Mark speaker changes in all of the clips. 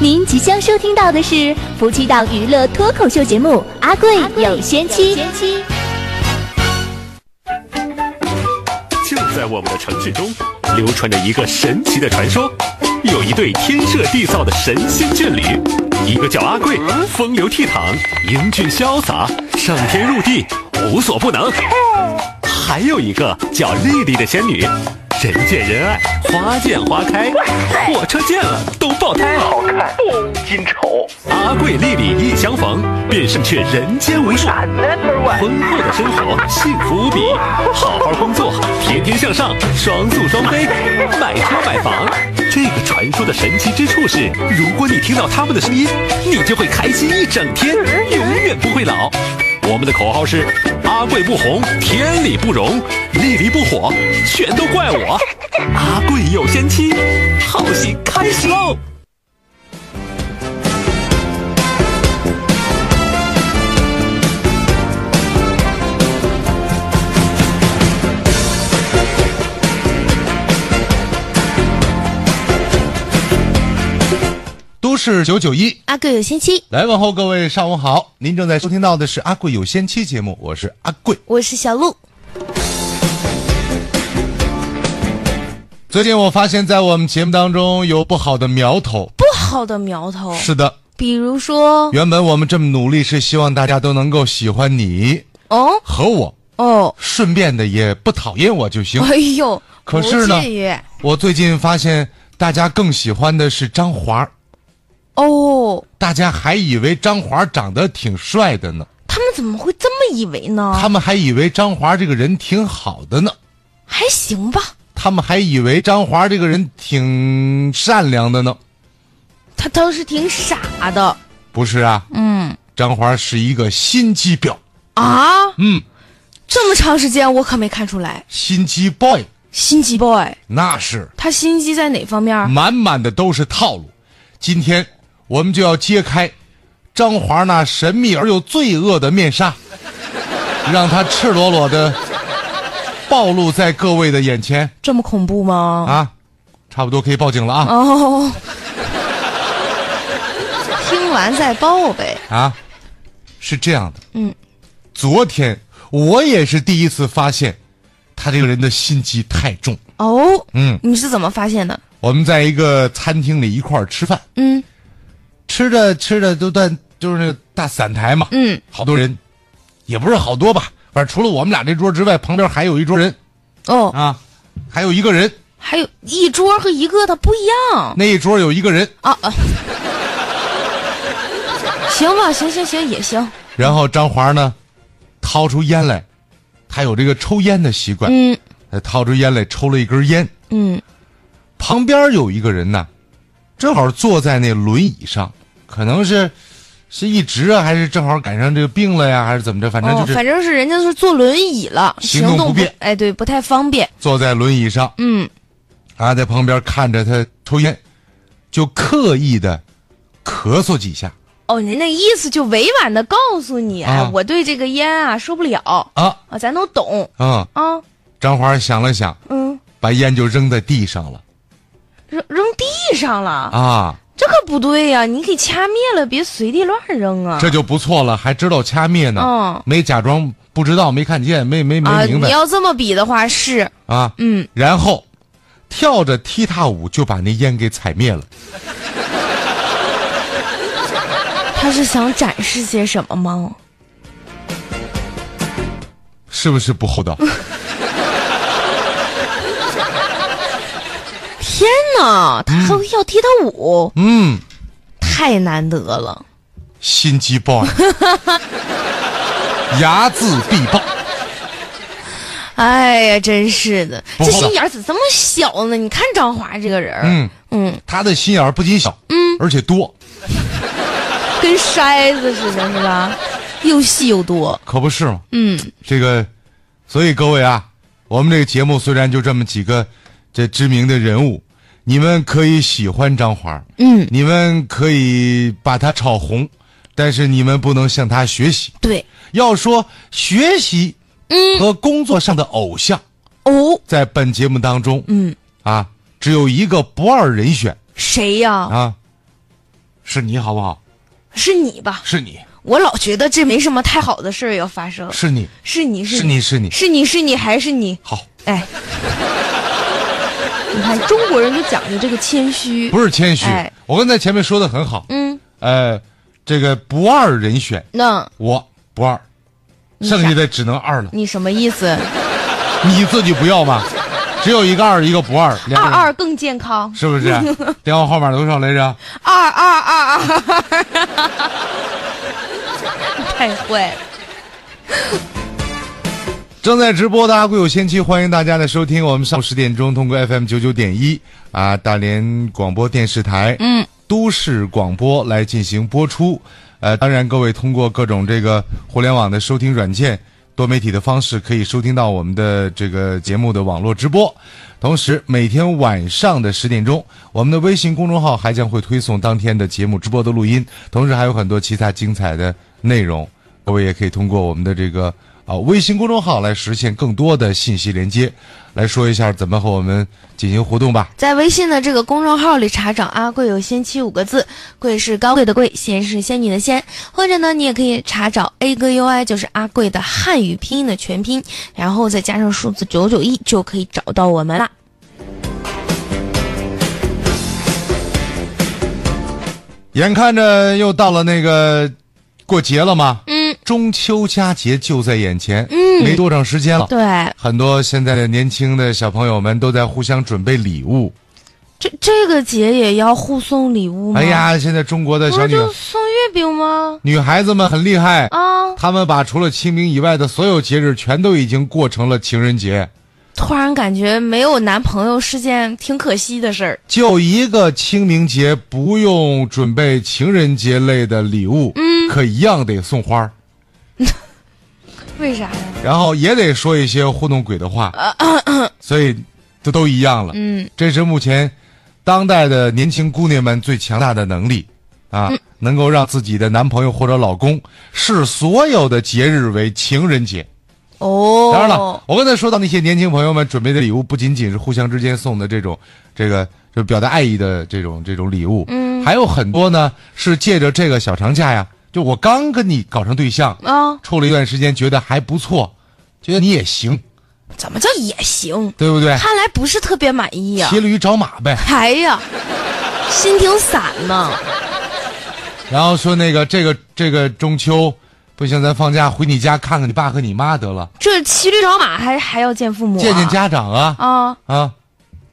Speaker 1: 您即将收听到的是夫妻档娱乐脱口秀节目《阿贵有仙妻》。
Speaker 2: 就在我们的城市中，流传着一个神奇的传说：有一对天设地造的神仙眷侣，一个叫阿贵，风流倜傥、英俊潇洒、上天入地、无所不能；还有一个叫丽丽的仙女，人见人爱，花见花开，火车见了都爆胎了。
Speaker 3: 好看，金丑
Speaker 2: 阿贵丽丽一相逢，便胜却人间无数。
Speaker 3: ，Number One。
Speaker 2: 婚后的生活幸福无比，好好工作，天天向上，双宿双飞，买车买房。这个传说的神奇之处是，如果你听到他们的声音，你就会开心一整天，永远不会老。我们的口号是：阿贵不红，天理不容；丽丽不火，全都怪我。阿贵有仙妻，好戏开始喽！
Speaker 4: 都市九九一，
Speaker 5: 阿贵有仙妻，
Speaker 4: 来问候各位上午好！您正在收听到的是《阿贵有仙妻》节目，我是阿贵。
Speaker 5: 我是小鹿。
Speaker 4: 最近我发现，在我们节目当中有不好的苗头。
Speaker 5: 不好的苗头，
Speaker 4: 是的，
Speaker 5: 比如说，
Speaker 4: 原本我们这么努力是希望大家都能够喜欢你
Speaker 5: 哦
Speaker 4: 和我，
Speaker 5: 哦，
Speaker 4: 顺便的也不讨厌我就行。
Speaker 5: 哎呦，
Speaker 4: 嗯可是呢
Speaker 5: 不至于
Speaker 4: 我最近发现，大家更喜欢的是张华儿，
Speaker 5: 哦，
Speaker 4: 大家还以为张华儿长得挺帅的呢，
Speaker 5: 他们怎么会这么以为呢？
Speaker 4: 他们还以为张华儿这个人挺好的呢。
Speaker 5: 还行吧，
Speaker 4: 他们还以为张华儿这个人挺善良的呢，
Speaker 5: 他倒是挺傻的，
Speaker 4: 不是啊？
Speaker 5: 嗯
Speaker 4: 张华是一个心机婊，
Speaker 5: 啊，
Speaker 4: 嗯，
Speaker 5: 这么长时间我可没看出来，
Speaker 4: 心机 boy，
Speaker 5: 心机 boy，
Speaker 4: 那是
Speaker 5: 他心机在哪方面？
Speaker 4: 满满的都是套路。今天我们就要揭开张华那神秘而又罪恶的面纱，让他赤裸裸的暴露在各位的眼前
Speaker 5: 这么恐怖吗？
Speaker 4: 啊！差不多可以报警了啊
Speaker 5: 哦，听完再报呗。
Speaker 4: 啊！是这样的，
Speaker 5: 嗯，
Speaker 4: 昨天我也是第一次发现，他这个人的心机太重。
Speaker 5: 哦，
Speaker 4: 嗯，
Speaker 5: 你是怎么发现的？
Speaker 4: 我们在一个餐厅里一块儿吃饭，
Speaker 5: 嗯
Speaker 4: 吃着吃着都在就是那个大散台嘛，
Speaker 5: 嗯，
Speaker 4: 好多人，也不是好多吧，反正除了我们俩这桌之外，旁边还有一桌人
Speaker 5: 哦，
Speaker 4: 啊，还有一个人，
Speaker 5: 还有一桌和一个它不一样
Speaker 4: 那一桌有一个人，
Speaker 5: 啊 啊！行吧，行行行也行，
Speaker 4: 然后张华呢，掏出烟来，他有这个抽烟的习惯，
Speaker 5: 嗯
Speaker 4: 他掏出烟来抽了一根烟，
Speaker 5: 嗯，
Speaker 4: 旁边有一个人呢，正好坐在那轮椅上，可能是是一直啊，还是正好赶上这个病了呀，还是怎么着，反正
Speaker 5: 哦
Speaker 4: 就，是
Speaker 5: 反正是人家是坐轮椅了，
Speaker 4: 行
Speaker 5: 行
Speaker 4: 动不
Speaker 5: 不
Speaker 4: 便
Speaker 5: 哎，对，不太方便，
Speaker 4: 坐在轮椅上。
Speaker 5: 嗯，
Speaker 4: 啊，在旁边看着他抽烟，就刻意的咳嗽几下
Speaker 5: 哦，你那意思就委婉的告诉你，
Speaker 4: 啊
Speaker 5: 哎，我对这个烟啊受不了啊，
Speaker 4: 啊
Speaker 5: 咱都懂
Speaker 4: 啊！
Speaker 5: 啊，
Speaker 4: 张华想了想，
Speaker 5: 嗯，
Speaker 4: 把烟就扔在地上了
Speaker 5: 扔扔地上了，
Speaker 4: 啊，
Speaker 5: 这可不对呀、你给掐灭了，别随地乱扔啊，
Speaker 4: 这就不错了，还知道掐灭呢，
Speaker 5: 嗯
Speaker 4: 没假装不知道、没看见、没没
Speaker 5: 啊，
Speaker 4: 没明
Speaker 5: 你
Speaker 4: 白
Speaker 5: 要这么比的话是，
Speaker 4: 啊。
Speaker 5: 嗯，
Speaker 4: 然后跳着踢踏舞就把那烟给踩灭了。
Speaker 5: 他是想展示些什么吗？
Speaker 4: 是不是不厚 道？
Speaker 5: 天哪，他还会要踢踏舞，
Speaker 4: 嗯，
Speaker 5: 太难得了。
Speaker 4: 心机 boy，睚眦必报。
Speaker 5: 哎呀，真是的，
Speaker 4: 不
Speaker 5: 这
Speaker 4: 好
Speaker 5: 心眼儿咋这么小呢？你看张华这个人儿，
Speaker 4: 嗯
Speaker 5: 嗯，
Speaker 4: 他的心眼儿不仅小，嗯，而且多，
Speaker 5: 跟筛子似的，是吧？又细又多，
Speaker 4: 可不是吗？
Speaker 5: 嗯，
Speaker 4: 这个，所以各位啊，我们这个节目虽然就这么几个这知名的人物，你们可以喜欢张华，
Speaker 5: 嗯，
Speaker 4: 你们可以把他炒红，但是你们不能向他学习。
Speaker 5: 对，
Speaker 4: 要说学习，嗯，和工作上的偶像，
Speaker 5: 哦，
Speaker 4: 在本节目当中，
Speaker 5: 嗯，
Speaker 4: 啊，只有一个不二人选
Speaker 5: 哦谁呀、
Speaker 4: 啊，是你好不好？
Speaker 5: 是你吧？
Speaker 4: 是你，
Speaker 5: 我老觉得这没什么太好的事儿要发生。
Speaker 4: 是你，
Speaker 5: 是你
Speaker 4: 是你，是你，
Speaker 5: 是你是你还是你？
Speaker 4: 好，
Speaker 5: 哎， 你看中国人就讲究这个谦虚，
Speaker 4: 不是谦虚
Speaker 5: 哎。
Speaker 4: 我刚才前面说的很好，
Speaker 5: 嗯，
Speaker 4: 呃，这个不二人选，
Speaker 5: 那
Speaker 4: 我不二，
Speaker 5: 啥
Speaker 4: 剩下的只能二了。
Speaker 5: 你什么意思？
Speaker 4: 你自己不要吗？只有一个二，一个不二，两
Speaker 5: 二
Speaker 4: 个人
Speaker 5: 二更健康，
Speaker 4: 是不是？ 电话号码多少来着？
Speaker 5: 二二二二，太坏了。
Speaker 4: 正在直播的《阿贵有仙妻》，欢迎大家的收听。我们上午十点钟通过 FM 九九点一啊，大连广播电视台，嗯，都市广播来进行播出。呃，当然，各位通过各种这个互联网的收听软件、多媒体的方式，可以收听到我们的这个节目的网络直播。同时，每天晚上的十点钟，我们的微信公众号还将会推送当天的节目直播的录音，同时还有很多其他精彩的内容。各位也可以通过我们的这个啊微信公众号来实现更多的信息连接。来说一下怎么和我们进行互动吧。
Speaker 5: 在微信的这个公众号里查找“阿贵有仙妻”五个字，贵是高贵的贵，仙是仙女的仙，或者呢，你也可以查找 A 哥 U I，就是阿贵的汉语拼音的全拼，然后再加上数字九九一，就可以找到我们啦。
Speaker 4: 眼看着又到了那个过节了嘛，
Speaker 5: 嗯，
Speaker 4: 中秋佳节就在眼前，没多长时间了。
Speaker 5: 对，
Speaker 4: 很多现在的年轻的小朋友们都在互相准备礼物。
Speaker 5: 这这个节也要互送礼物吗？
Speaker 4: 哎，呀，现在中国的
Speaker 5: 不
Speaker 4: 小
Speaker 5: 是
Speaker 4: 女
Speaker 5: 就送月饼吗？
Speaker 4: 女孩子们很厉害，
Speaker 5: 啊，
Speaker 4: 她们把除了清明以外的所有节日全都已经过成了情人节。
Speaker 5: 突然感觉没有男朋友是件挺可惜的事儿。
Speaker 4: 就一个清明节不用准备情人节类的礼物，嗯，可一样得送花儿，
Speaker 5: 为啥呀？呃
Speaker 4: 然后也得说一些糊弄鬼的话，所以这都一样了。
Speaker 5: 嗯，
Speaker 4: 这是目前当代的年轻姑娘们最强大的能力啊，
Speaker 5: 嗯
Speaker 4: 能够让自己的男朋友或者老公视所有的节日为情人节。
Speaker 5: 哦，
Speaker 4: 当然了，我刚才说到那些年轻朋友们准备的礼物，不仅仅是互相之间送的这种，这个就表达爱意的这种这种礼物，嗯，还有很多呢是借着这个小长假呀，就我刚跟你搞上对象，
Speaker 5: 啊，
Speaker 4: 处了一段时间，觉得还不错，觉得你也行，
Speaker 5: 怎么叫也行？
Speaker 4: 对不对？
Speaker 5: 看来不是特别满意哎呀、
Speaker 4: 骑驴找马呗，
Speaker 5: 哎呀，心挺散呢。
Speaker 4: 然后说那个这个这个中秋不行，咱放假回你家看看你爸和你妈得了，
Speaker 5: 这骑驴找马还还要见父母、啊，
Speaker 4: 见见家长啊
Speaker 5: 啊，
Speaker 4: 啊！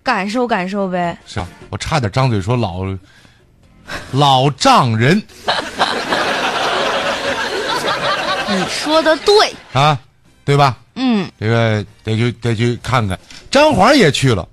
Speaker 5: 感受感受呗。
Speaker 4: 是啊，我差点张嘴说老老丈人。
Speaker 5: 你说的对，
Speaker 4: 啊，对吧？
Speaker 5: 嗯，
Speaker 4: 这个得去得去看看。张华也去了，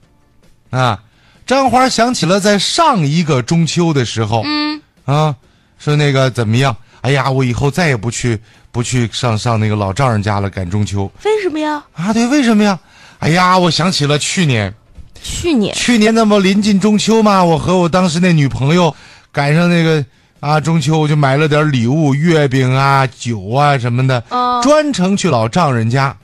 Speaker 4: 啊，张华想起了在上一个中秋的时候，嗯，啊，说那个怎么样？哎呀，我以后再也不去不去上上那个老丈人家了，赶中秋
Speaker 5: 为什么呀？
Speaker 4: 啊？对，为什么呀？哎呀，我想起了去年，
Speaker 5: 去年
Speaker 4: 去年那不临近中秋嘛，我和我当时那女朋友赶上那个啊中秋，我就买了点礼物，月饼啊、酒啊什么的，
Speaker 5: 哦
Speaker 4: 专程去老丈人家。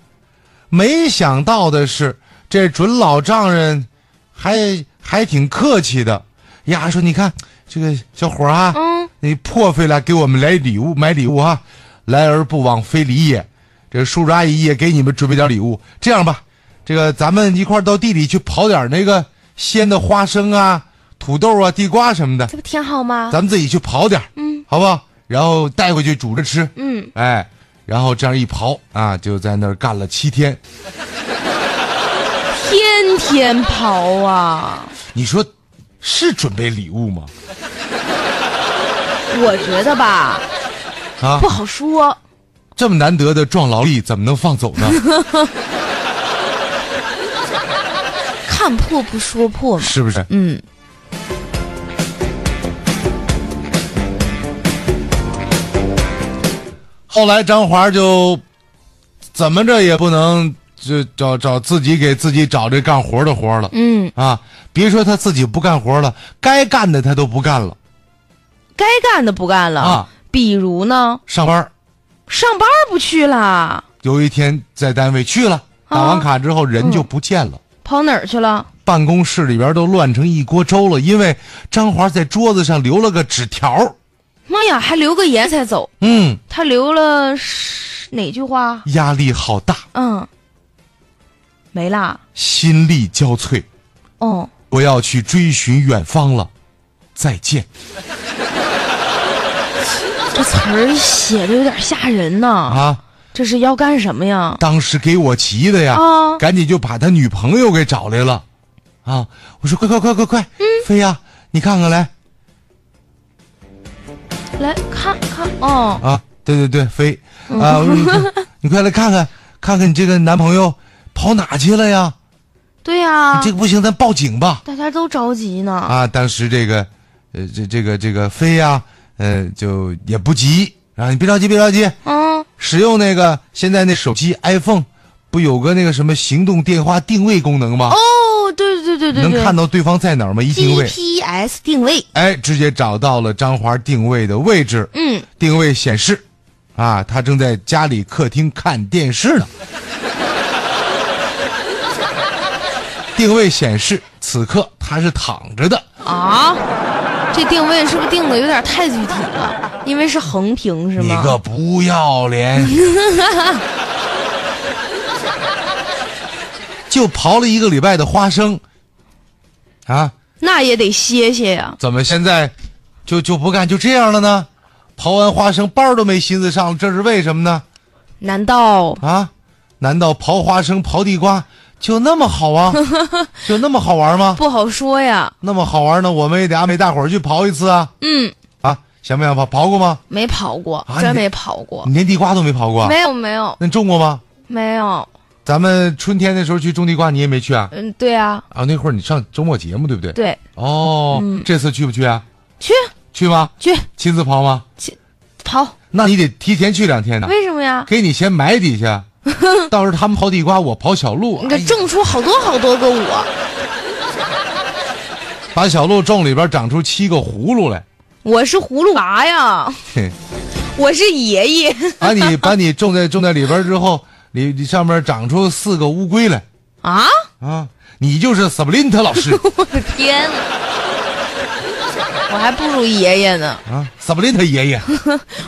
Speaker 4: 没想到的是，这准老丈人还还挺客气的呀，说你看这个小伙儿啊，
Speaker 5: 嗯，
Speaker 4: 你破费了给我们来礼物买礼物啊，来而不往非礼也。这叔叔阿姨也给你们准备点礼物。这样吧，这个咱们一块儿到地里去刨点那个鲜的花生啊、土豆啊、地瓜什么的，
Speaker 5: 这不挺好吗？
Speaker 4: 咱们自己去刨点，嗯，好不好？然后带回去煮着吃，
Speaker 5: 嗯，
Speaker 4: 哎，然后这样一刨啊，就在那儿干了七天。
Speaker 5: 天天刨啊，
Speaker 4: 你说是准备礼物吗？
Speaker 5: 我觉得吧，
Speaker 4: 啊
Speaker 5: 不，好说。
Speaker 4: 这么难得的壮劳力，怎么能放走 呢？
Speaker 5: 看破不说破嘛。
Speaker 4: 是不是？
Speaker 5: 嗯，
Speaker 4: 后来张华就怎么着也不能就找找自己给自己找这干活的活了。
Speaker 5: 嗯，
Speaker 4: 啊，别说他自己不干活了，该干的他都不干了
Speaker 5: 该干的不干了。
Speaker 4: 啊。
Speaker 5: 比如呢，
Speaker 4: 上班儿
Speaker 5: 上班不去啦，
Speaker 4: 有一天在单位去了，打完卡之后人就不见了，
Speaker 5: 跑哪儿去了？
Speaker 4: 办公室里边都乱成一锅粥了，因为张华在桌子上留了个纸条。
Speaker 5: 妈呀，还留个言才走，
Speaker 4: 嗯，
Speaker 5: 他留了是哪句话？
Speaker 4: 压力好大，
Speaker 5: 嗯，没啦。
Speaker 4: 心力交瘁。
Speaker 5: 哦，
Speaker 4: 我要去追寻远方了，再见。
Speaker 5: 这词儿写的有点吓人呐、
Speaker 4: 啊，
Speaker 5: 这是要干什么呀？
Speaker 4: 当时给我急的呀，
Speaker 5: 啊
Speaker 4: 赶紧就把他女朋友给找来了。啊，我说快快快快快，飞呀，你看看来
Speaker 5: 来看看哦，
Speaker 4: 啊，对对对，飞啊，我说你快你快来看 看，看看你这个男朋友跑哪去了呀？
Speaker 5: 对呀、
Speaker 4: 你这个不行，咱报警吧。
Speaker 5: 大家都着急呢。
Speaker 4: 啊，当时这个，呃，这这个这个飞呀，呃，就也不急啊，你别着急，别着急，
Speaker 5: 嗯，
Speaker 4: 使用那个现在那手机 iPhone 不有个那个什么行动电话定位功能吗？
Speaker 5: 哦，对对对对对，
Speaker 4: 能看到对方在哪儿吗？一定位，
Speaker 5: GPS 定位。
Speaker 4: 哎，直接找到了张华定位的位置，
Speaker 5: 嗯，
Speaker 4: 定位显示，啊，他正在家里客厅看电视呢。定位显示，此刻他是躺着的。
Speaker 5: 啊，这定位是不是定的有点太具体了？因为是横屏是
Speaker 4: 你
Speaker 5: 吗？
Speaker 4: 个不要脸！就刨了一个礼拜的花生，啊，
Speaker 5: 那也得歇歇呀、
Speaker 4: 怎么现在就就不干就这样了呢？刨完花生班儿都没心思上了，这是为什么呢？
Speaker 5: 难道
Speaker 4: 啊？难道刨花生、刨地瓜就那么好 啊？就那么好玩吗？
Speaker 5: 不好说呀？
Speaker 4: 那么好玩呢，我们也得安排大伙儿去刨一次啊！
Speaker 5: 嗯，
Speaker 4: 啊，想不想刨？刨过吗？
Speaker 5: 没跑过，
Speaker 4: 啊
Speaker 5: 真
Speaker 4: 你
Speaker 5: 没跑过，
Speaker 4: 你连地瓜都没刨过啊？
Speaker 5: 没有没有
Speaker 4: 那你种过吗？
Speaker 5: 没有，
Speaker 4: 咱们春天的时候去种地瓜，你也没去啊？
Speaker 5: 嗯，对啊，
Speaker 4: 啊，那会儿你上周末节目对不对？。
Speaker 5: 对，嗯
Speaker 4: 哦，这次去不去啊？
Speaker 5: 去
Speaker 4: 去吗？
Speaker 5: 去
Speaker 4: 亲自刨吗？
Speaker 5: 跑，
Speaker 4: 那你得提前去两天呢，
Speaker 5: 为什么呀？
Speaker 4: 给你先埋底 下，到时候他们刨地瓜，我刨小路，
Speaker 5: 你这
Speaker 4: 哎呀
Speaker 5: 种出好多好多个我，
Speaker 4: 把小路种里边长出七个葫芦来。
Speaker 5: 我是葫芦娃呀，
Speaker 4: 嘿
Speaker 5: 我是爷爷，
Speaker 4: 把你把你种在种在里边之后，你你上面长出四个乌龟来
Speaker 5: 啊，
Speaker 4: 啊！你就是斯普林特老 师
Speaker 5: 我的天呐，我还不如爷爷呢，
Speaker 4: 啊，斯普林特爷爷，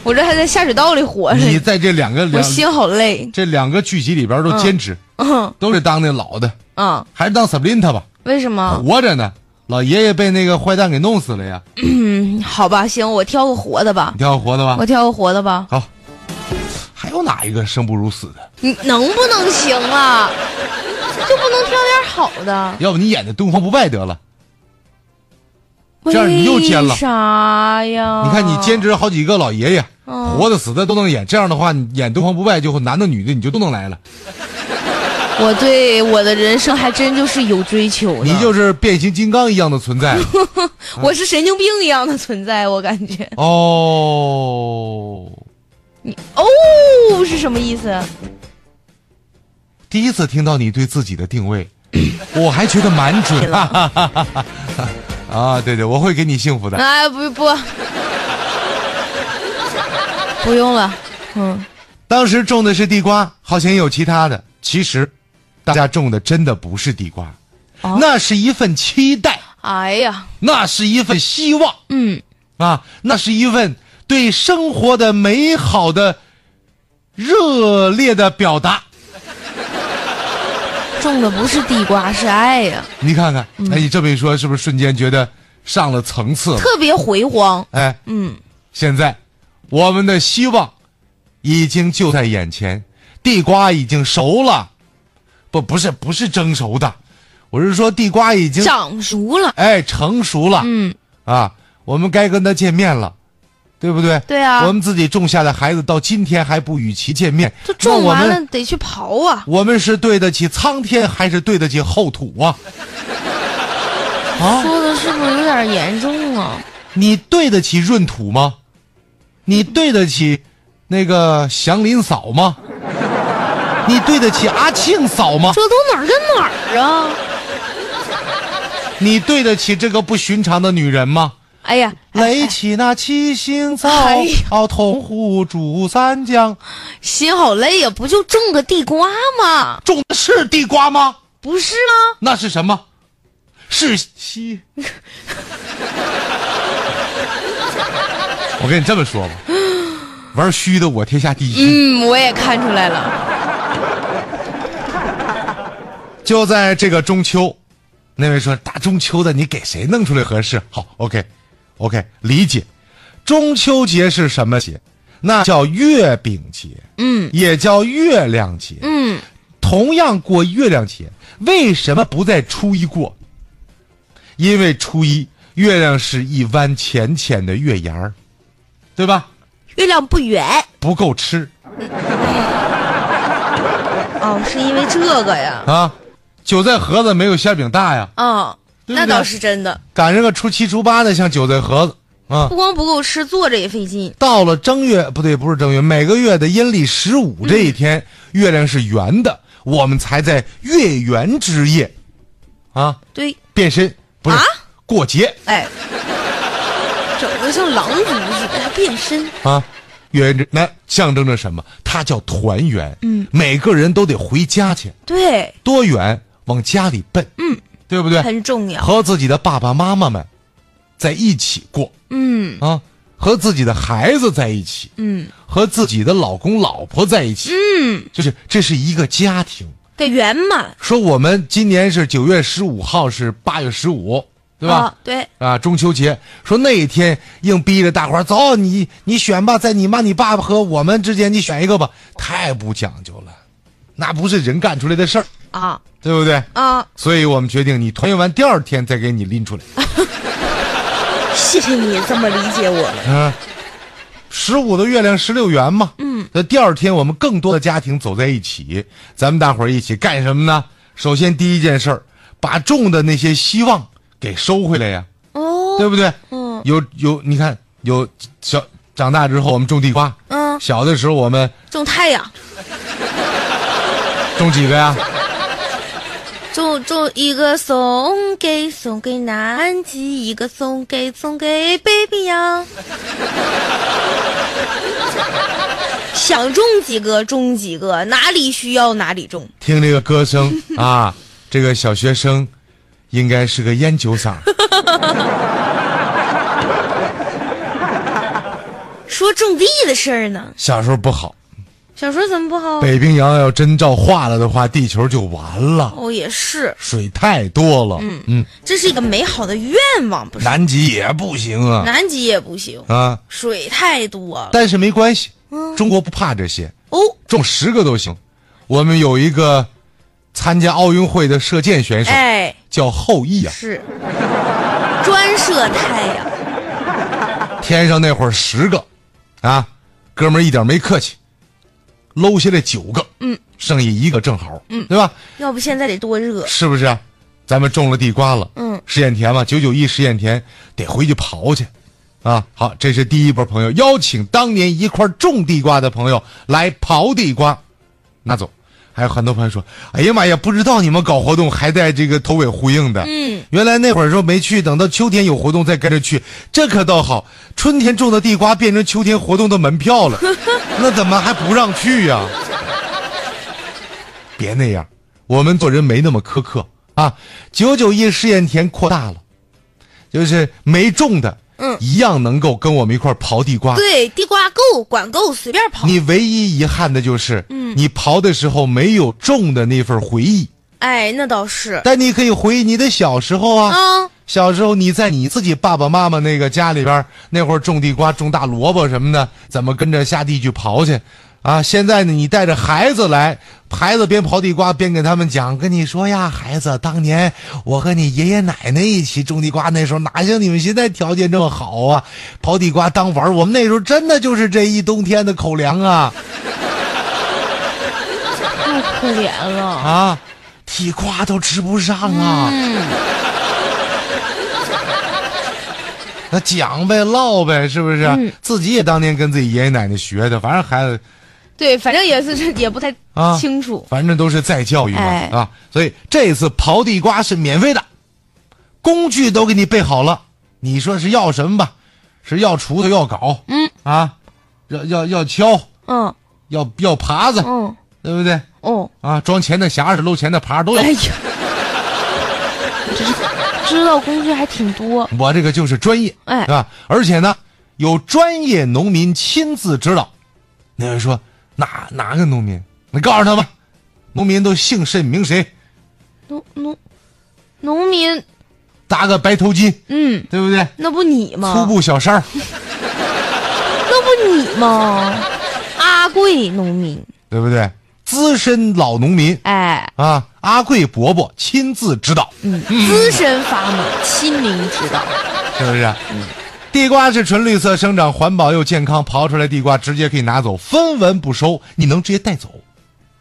Speaker 5: 我这还在下水道里活着呢，
Speaker 4: 你在这两个
Speaker 5: 我
Speaker 4: 两
Speaker 5: 心好累，
Speaker 4: 这两个剧集里边都兼职，
Speaker 5: 嗯
Speaker 4: 都是当那老的，
Speaker 5: 嗯，
Speaker 4: 还是当斯普林特吧，
Speaker 5: 为什么？
Speaker 4: 活着呢。老爷爷被那个坏蛋给弄死了呀！
Speaker 5: 嗯，好吧，行，我挑个活的吧
Speaker 4: 你，挑个活的吧
Speaker 5: 我。挑个活的吧，
Speaker 4: 好，还有哪一个生不如死的？
Speaker 5: 你能不能行啊？就不能挑点好的？
Speaker 4: 要不你演的东方不败得了？这样你又奸了
Speaker 5: 为哎啥呀？
Speaker 4: 你看你兼职好几个老爷爷，
Speaker 5: 嗯
Speaker 4: 活的死的都能演。这样的话，你演东方不败就男的女的你就都能来了。
Speaker 5: 我对我的人生还真就是有追求的。
Speaker 4: 你就是嗯变形金刚一样的存在
Speaker 5: 我是神经病一样的存在，我感觉。
Speaker 4: 哦。
Speaker 5: 你哦
Speaker 4: 嗯
Speaker 5: 是什么意思？
Speaker 4: 第一次听到你对自己的定 位，我还觉得蛮准啊！ 啊，对对，我会给你幸福的。
Speaker 5: 哎，不不，不用了。嗯，
Speaker 4: 当时种的是地瓜，好像也有其他的。其实，大家种的真的不是地瓜，
Speaker 5: 哦
Speaker 4: 那是一份期待，
Speaker 5: 哎呀，
Speaker 4: 那是一份希望
Speaker 5: 嗯，
Speaker 4: 啊，那是一份对生活的美好的、热烈的表达。
Speaker 5: 种的不是地瓜，是爱呀，
Speaker 4: 你看看，
Speaker 5: 嗯
Speaker 4: 哎，你这么一说，是不是瞬间觉得上了层次了？
Speaker 5: 特别回荒。
Speaker 4: 哎，
Speaker 5: 嗯，
Speaker 4: 现在我们的希望已经就在眼前，地瓜已经熟了，不，不是，不是蒸熟的，我是说地瓜已经
Speaker 5: 长熟了。
Speaker 4: 哎成熟了，
Speaker 5: 嗯，
Speaker 4: 啊，我们该跟他见面了，对不对？
Speaker 5: 对啊
Speaker 4: 我们自己种下的孩子到今天还不与其见面，
Speaker 5: 这
Speaker 4: 那
Speaker 5: 种
Speaker 4: 我
Speaker 5: 完
Speaker 4: 们
Speaker 5: 了得去刨啊。
Speaker 4: 我们是对得起苍天，还是对得起后土啊？啊，
Speaker 5: 说的是不是有点严重啊？
Speaker 4: 你对得起闰土吗？你对得起那个祥林嫂吗？你对得起阿庆嫂吗？
Speaker 5: 这都哪儿跟哪儿啊？
Speaker 4: 你对得起这个不寻常的女人吗？
Speaker 5: 哎呀，
Speaker 4: 垒起那七星灶
Speaker 5: 哎呀，
Speaker 4: 哦，同户煮三江，
Speaker 5: 心好累呀、不就种个地瓜吗？
Speaker 4: 种的是地瓜吗？
Speaker 5: 不是吗？
Speaker 4: 那是什么？是 西。我跟你这么说吧，玩虚的我天下第一。
Speaker 5: 嗯，我也看出来了。
Speaker 4: 就在这个中秋，那位说大中秋的，你给谁弄出来合适？好，OK，OK，、理解。中秋节是什么节？那叫月饼节，嗯，也叫月亮节，嗯，同样过月亮节，为什么不在初一过？因为初一月亮是一弯浅浅的月牙儿，对吧？
Speaker 5: 月亮不圆
Speaker 4: 不够吃
Speaker 5: 哦，是因为这个呀。
Speaker 4: 啊，韭菜盒子没有馅饼大呀。
Speaker 5: 哦，
Speaker 4: 对不对
Speaker 5: 那倒是真的，
Speaker 4: 赶上个初七初八的，像韭菜盒子啊。
Speaker 5: 不光不够吃，坐着也费劲。
Speaker 4: 到了正月，不对，不是正月，每个月的阴历十五这一天，月亮是圆的，我们才在月圆之夜，啊，
Speaker 5: 对，
Speaker 4: 变身不是、
Speaker 5: 啊
Speaker 4: 过节
Speaker 5: 哎，整的像狼族似的，还变身。
Speaker 4: 啊，月圆之那象征着什么？它叫团圆，嗯，每个人都得回家去，
Speaker 5: 对，
Speaker 4: 多远往家里奔，嗯，对不对？
Speaker 5: 很重要。
Speaker 4: 和自己的爸爸妈妈们在一起过，
Speaker 5: 嗯
Speaker 4: 啊，和自己的孩子在一起，
Speaker 5: 嗯，
Speaker 4: 和自己的老公老婆在一起，
Speaker 5: 嗯，
Speaker 4: 就是这是一个家庭。
Speaker 5: 得圆满，
Speaker 4: 说我们今年是九月十五号，是八月十五，对吧
Speaker 5: 啊？对，
Speaker 4: 啊，中秋节，说那一天硬逼着大伙儿走，你你选吧，在你妈、你爸爸和我们之间，你选一个吧，太不讲究了，那不是人干出来的事儿，
Speaker 5: 啊
Speaker 4: 对不对？
Speaker 5: 啊！
Speaker 4: 所以我们决定，你团圆完第二天再给你拎出来。
Speaker 5: 谢谢你这么理解我了。
Speaker 4: 嗯，十五的月亮十六圆嘛。嗯，那第二天我们更多的家庭走在一起，咱们大伙儿一起干什么呢？首先第一件事儿，把种的那些希望给收回来呀，
Speaker 5: 哦，
Speaker 4: 对不对？
Speaker 5: 嗯，
Speaker 4: 有有，你看有小长大之后我们种地瓜，
Speaker 5: 嗯
Speaker 4: 小的时候我们
Speaker 5: 种太阳，
Speaker 4: 种几个呀？
Speaker 5: 种种一个送给送给南极，一个送给送给 baby 呀。想种几个种几个，哪里需要哪里种。
Speaker 4: 听这个歌声啊，这个小学生应该是个烟酒嗓儿，
Speaker 5: 说种地的事儿呢，
Speaker 4: 小时候不好。
Speaker 5: 小说怎么不好？
Speaker 4: 北冰洋要真照化了的话，地球就完了，
Speaker 5: 哦，也是，
Speaker 4: 水太多了。嗯嗯。
Speaker 5: 这是一个美好的愿望，不是？
Speaker 4: 南极也不行啊
Speaker 5: 南极也不行，
Speaker 4: 啊！
Speaker 5: 水太多了。
Speaker 4: 但是没关系，中国不怕这些，
Speaker 5: 哦，
Speaker 4: 中十个都行。我们有一个参加奥运会的射箭选手，
Speaker 5: 哎，
Speaker 4: 叫后羿啊，
Speaker 5: 是专射太阳，
Speaker 4: 天上那会儿十个，啊，哥们儿一点没客气，搂下来九个，嗯，剩下一个正好，嗯，对吧？
Speaker 5: 要不现在得多热。
Speaker 4: 是不是啊？咱们种了地瓜了，
Speaker 5: 嗯，
Speaker 4: 试验田嘛，九九一试验田得回去刨去，啊，好，这是第一波朋友，邀请当年一块儿种地瓜的朋友来刨地瓜，拿走。还有很多朋友说：“哎呀妈呀，不知道你们搞活动还带这个头尾呼应的。”嗯，原来那会儿说没去，等到秋天有活动再跟着去，这可倒好，春天种的地瓜变成秋天活动的门票了，那怎么还不让去呀、别那样，我们做人没那么苛刻啊。九九一试验田扩大了，就是没种的，嗯，一样能够跟我们一块儿刨地瓜。
Speaker 5: 对，地瓜够，管够，随便跑。
Speaker 4: 你唯一遗憾的就是，嗯，你刨的时候没有种的那份回忆，
Speaker 5: 哎，那倒是。
Speaker 4: 但你可以回忆你的小时候啊。
Speaker 5: 啊，
Speaker 4: 小时候你在你自己爸爸妈妈那个家里边儿，那会儿种地瓜、种大萝卜什么的，怎么跟着下地去刨去？啊，现在呢，你带着孩子来，孩子边刨地瓜边给他们讲，跟你说呀，孩子，当年我和你爷爷奶奶一起种地瓜，那时候哪像你们现在条件这么好啊？刨地瓜当玩儿，我们那时候真的就是这一冬天的口粮啊
Speaker 5: 太可怜了。
Speaker 4: 啊，体瓜都吃不上啊。那讲呗，唠呗，是不是？
Speaker 5: 嗯
Speaker 4: 自己也当年跟自己爷爷奶奶学的，反正孩子
Speaker 5: 对，反正也是这也不太
Speaker 4: 啊
Speaker 5: 清楚。
Speaker 4: 反正都是再教育嘛、
Speaker 5: 哎
Speaker 4: 啊，所以这次刨地瓜是免费的，工具都给你备好了，你说是要什么吧？是要锄头，要镐，嗯啊，要要要锹，
Speaker 5: 嗯
Speaker 4: 要要耙子，
Speaker 5: 嗯
Speaker 4: 对不对？
Speaker 5: 哦，
Speaker 4: 啊，装钱的匣子、搂钱的耙都有。
Speaker 5: 哎呀，知道工具还挺多。
Speaker 4: 我这个就是专业，
Speaker 5: 哎
Speaker 4: 是吧？而且呢，有专业农民亲自指导。那人说哪哪个农民？你告诉他吧，农民都姓甚名谁，
Speaker 5: 农农农民，
Speaker 4: 搭个白头巾，
Speaker 5: 嗯，
Speaker 4: 对不对？
Speaker 5: 那不你
Speaker 4: 粗
Speaker 5: 吗？
Speaker 4: 布小衫儿
Speaker 5: 那不你吗？阿贵农民，
Speaker 4: 对不对？资深老农民
Speaker 5: 哎，
Speaker 4: 啊，阿贵伯伯亲自指导，
Speaker 5: 嗯，资深伐木，亲临指导。
Speaker 4: 是不是？地瓜是纯绿色生长，环保又健康，刨出来地瓜直接可以拿走，分文不收，你能直接带走，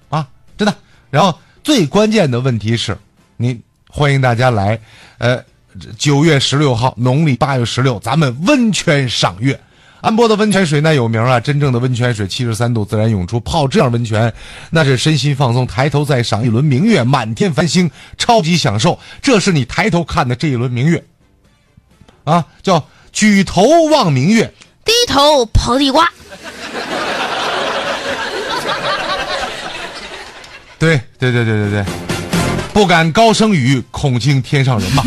Speaker 4: 啊，真的。然后最关键的问题是，你欢迎大家来，呃，九月十六号，农历八月十六，咱们温泉赏月。安波的温泉水那有名啊，真正的温泉水七十三度自然涌出，泡这样温泉那是身心放松，抬头再赏一轮明月，满天繁星，超级享受。这是你抬头看的这一轮明月，啊，叫举头望明月，
Speaker 5: 低头刨地瓜，
Speaker 4: 对对对对对对，不敢高声语，恐惊天上人嘛。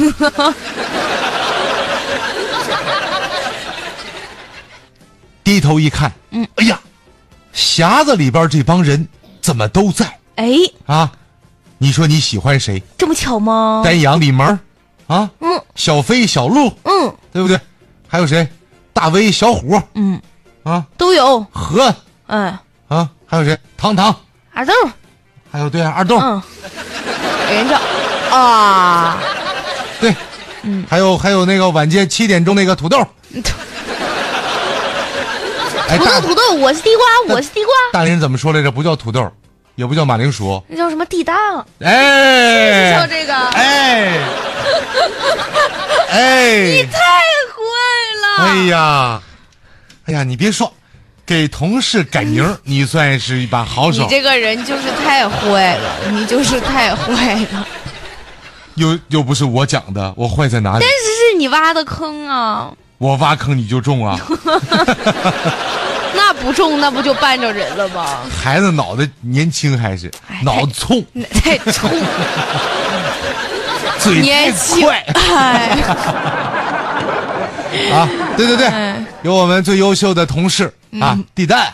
Speaker 4: 低头一看，嗯，哎呀，匣子里边这帮人怎么都在
Speaker 5: 哎，
Speaker 4: 啊？你说你喜欢谁？
Speaker 5: 这么巧吗？
Speaker 4: 丹阳、李萌儿，啊，
Speaker 5: 嗯
Speaker 4: 小飞、小鹿，
Speaker 5: 嗯
Speaker 4: 对不对？还有谁？大威、小虎
Speaker 5: 嗯，
Speaker 4: 啊，
Speaker 5: 都有，
Speaker 4: 何
Speaker 5: 嗯，
Speaker 4: 啊，还有谁？糖糖，
Speaker 5: 阿豆，
Speaker 4: 还有对啊，二豆，
Speaker 5: 嗯，人家啊，
Speaker 4: 对，嗯，还有还有那个晚间七点钟那个土 豆，哎，
Speaker 5: 土豆
Speaker 4: 大
Speaker 5: 土豆，我是地瓜，我是地瓜，
Speaker 4: 大连人怎么说来着？不叫土豆，也不叫马铃薯，
Speaker 5: 那叫什么地当？
Speaker 4: 哎
Speaker 5: 叫，这个，
Speaker 4: 哎，哎，
Speaker 5: 太会了！
Speaker 4: 哎呀，哎呀，你别说，给同事改名儿，你算是一把好手
Speaker 5: 嗯你。这个人就是太坏了，你就是太坏了，
Speaker 4: 又又不是我讲的，我坏在哪里？
Speaker 5: 但是是你挖的坑啊，
Speaker 4: 我挖坑你就中啊！
Speaker 5: 那不中那不就绊着人了吗？
Speaker 4: 孩子脑袋年轻还是
Speaker 5: 哎
Speaker 4: 脑子冲，
Speaker 5: 那 太臭，
Speaker 4: 嘴太
Speaker 5: 年轻
Speaker 4: 快。
Speaker 5: 哎，
Speaker 4: 啊，对对对，
Speaker 5: 哎
Speaker 4: 有我们最优秀的同事
Speaker 5: 嗯
Speaker 4: 啊，地 蛋。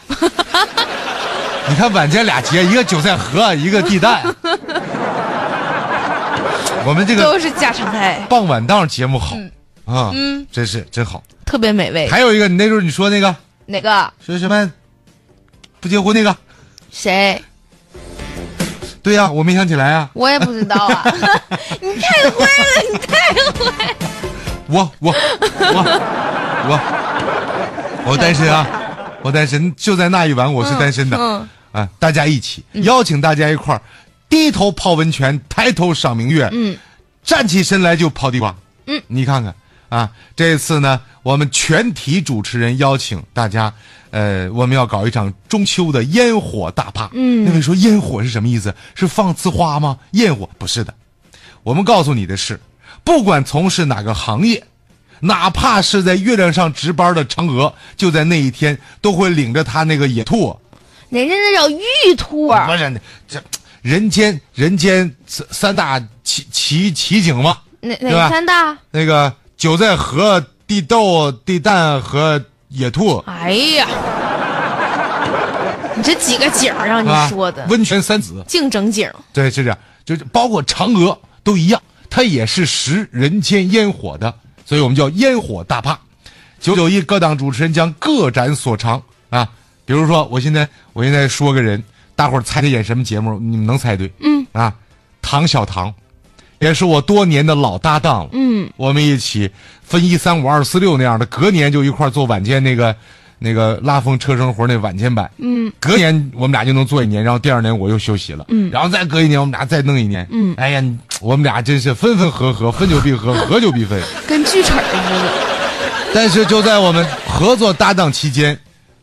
Speaker 4: 你看晚间俩节，一个韭菜盒，一个地蛋。我们这
Speaker 5: 都
Speaker 4: 个
Speaker 5: 是嗯家常菜，
Speaker 4: 傍晚档节目好啊，真是真好。
Speaker 5: 特别美味。
Speaker 4: 还有一个，你那时候你说那个
Speaker 5: 哪个？
Speaker 4: 说什么不结婚那个，
Speaker 5: 谁？
Speaker 4: 对呀、我没想起来啊，
Speaker 5: 我也不知道 啊，你太坏了，你太坏了。
Speaker 4: 我我我我我单身啊，我单身，就在那一晚我是单身的。
Speaker 5: 嗯
Speaker 4: 啊，大家一起邀请大家一块儿，低头泡温泉，抬头赏明月，
Speaker 5: 嗯，
Speaker 4: 站起身来就泡地瓜，
Speaker 5: 嗯，
Speaker 4: 你看看啊，这次呢，我们全体主持人邀请大家，呃，我们要搞一场中秋的烟火大趴，嗯，那位说烟火是什么意思？是放呲花吗？焰火不是的，我们告诉你的是，不管从事哪个行业，哪怕是在月亮上值班的嫦娥，就在那一天都会领着他那个野兔。
Speaker 5: 人家那叫玉兔
Speaker 4: 不
Speaker 5: 儿，
Speaker 4: 是这人间人间三三大奇奇奇景嘛，
Speaker 5: 哪
Speaker 4: 对吧
Speaker 5: 哪三大？
Speaker 4: 那个韭菜和地豆、地蛋和野兔，
Speaker 5: 哎呀，你这几个景儿让你
Speaker 4: 是吧
Speaker 5: 说的，
Speaker 4: 温泉三子，
Speaker 5: 净整景儿。
Speaker 4: 对，是这样，就是包括嫦娥都一样，它也是食人间烟火的，所以我们叫烟火大坝。九九一各档主持人将各展所长啊，比如说我现在我现在说个人，大伙儿猜他演什么节目，你们能猜对？嗯啊，唐小唐，也是我多年的老搭档了。嗯，我们一起分一三五二四六那样的，隔年就一块儿做晚间那个那个拉风车生活那晚间版。嗯，隔年我们俩就能做一年，然后第二年我又休息了。嗯，然后再隔一年我们俩再弄一年。嗯，哎呀，你我们俩真是分分合合，分久必 合，合久必分。
Speaker 5: 跟锯齿儿似的。
Speaker 4: 但是就在我们合作搭档期间，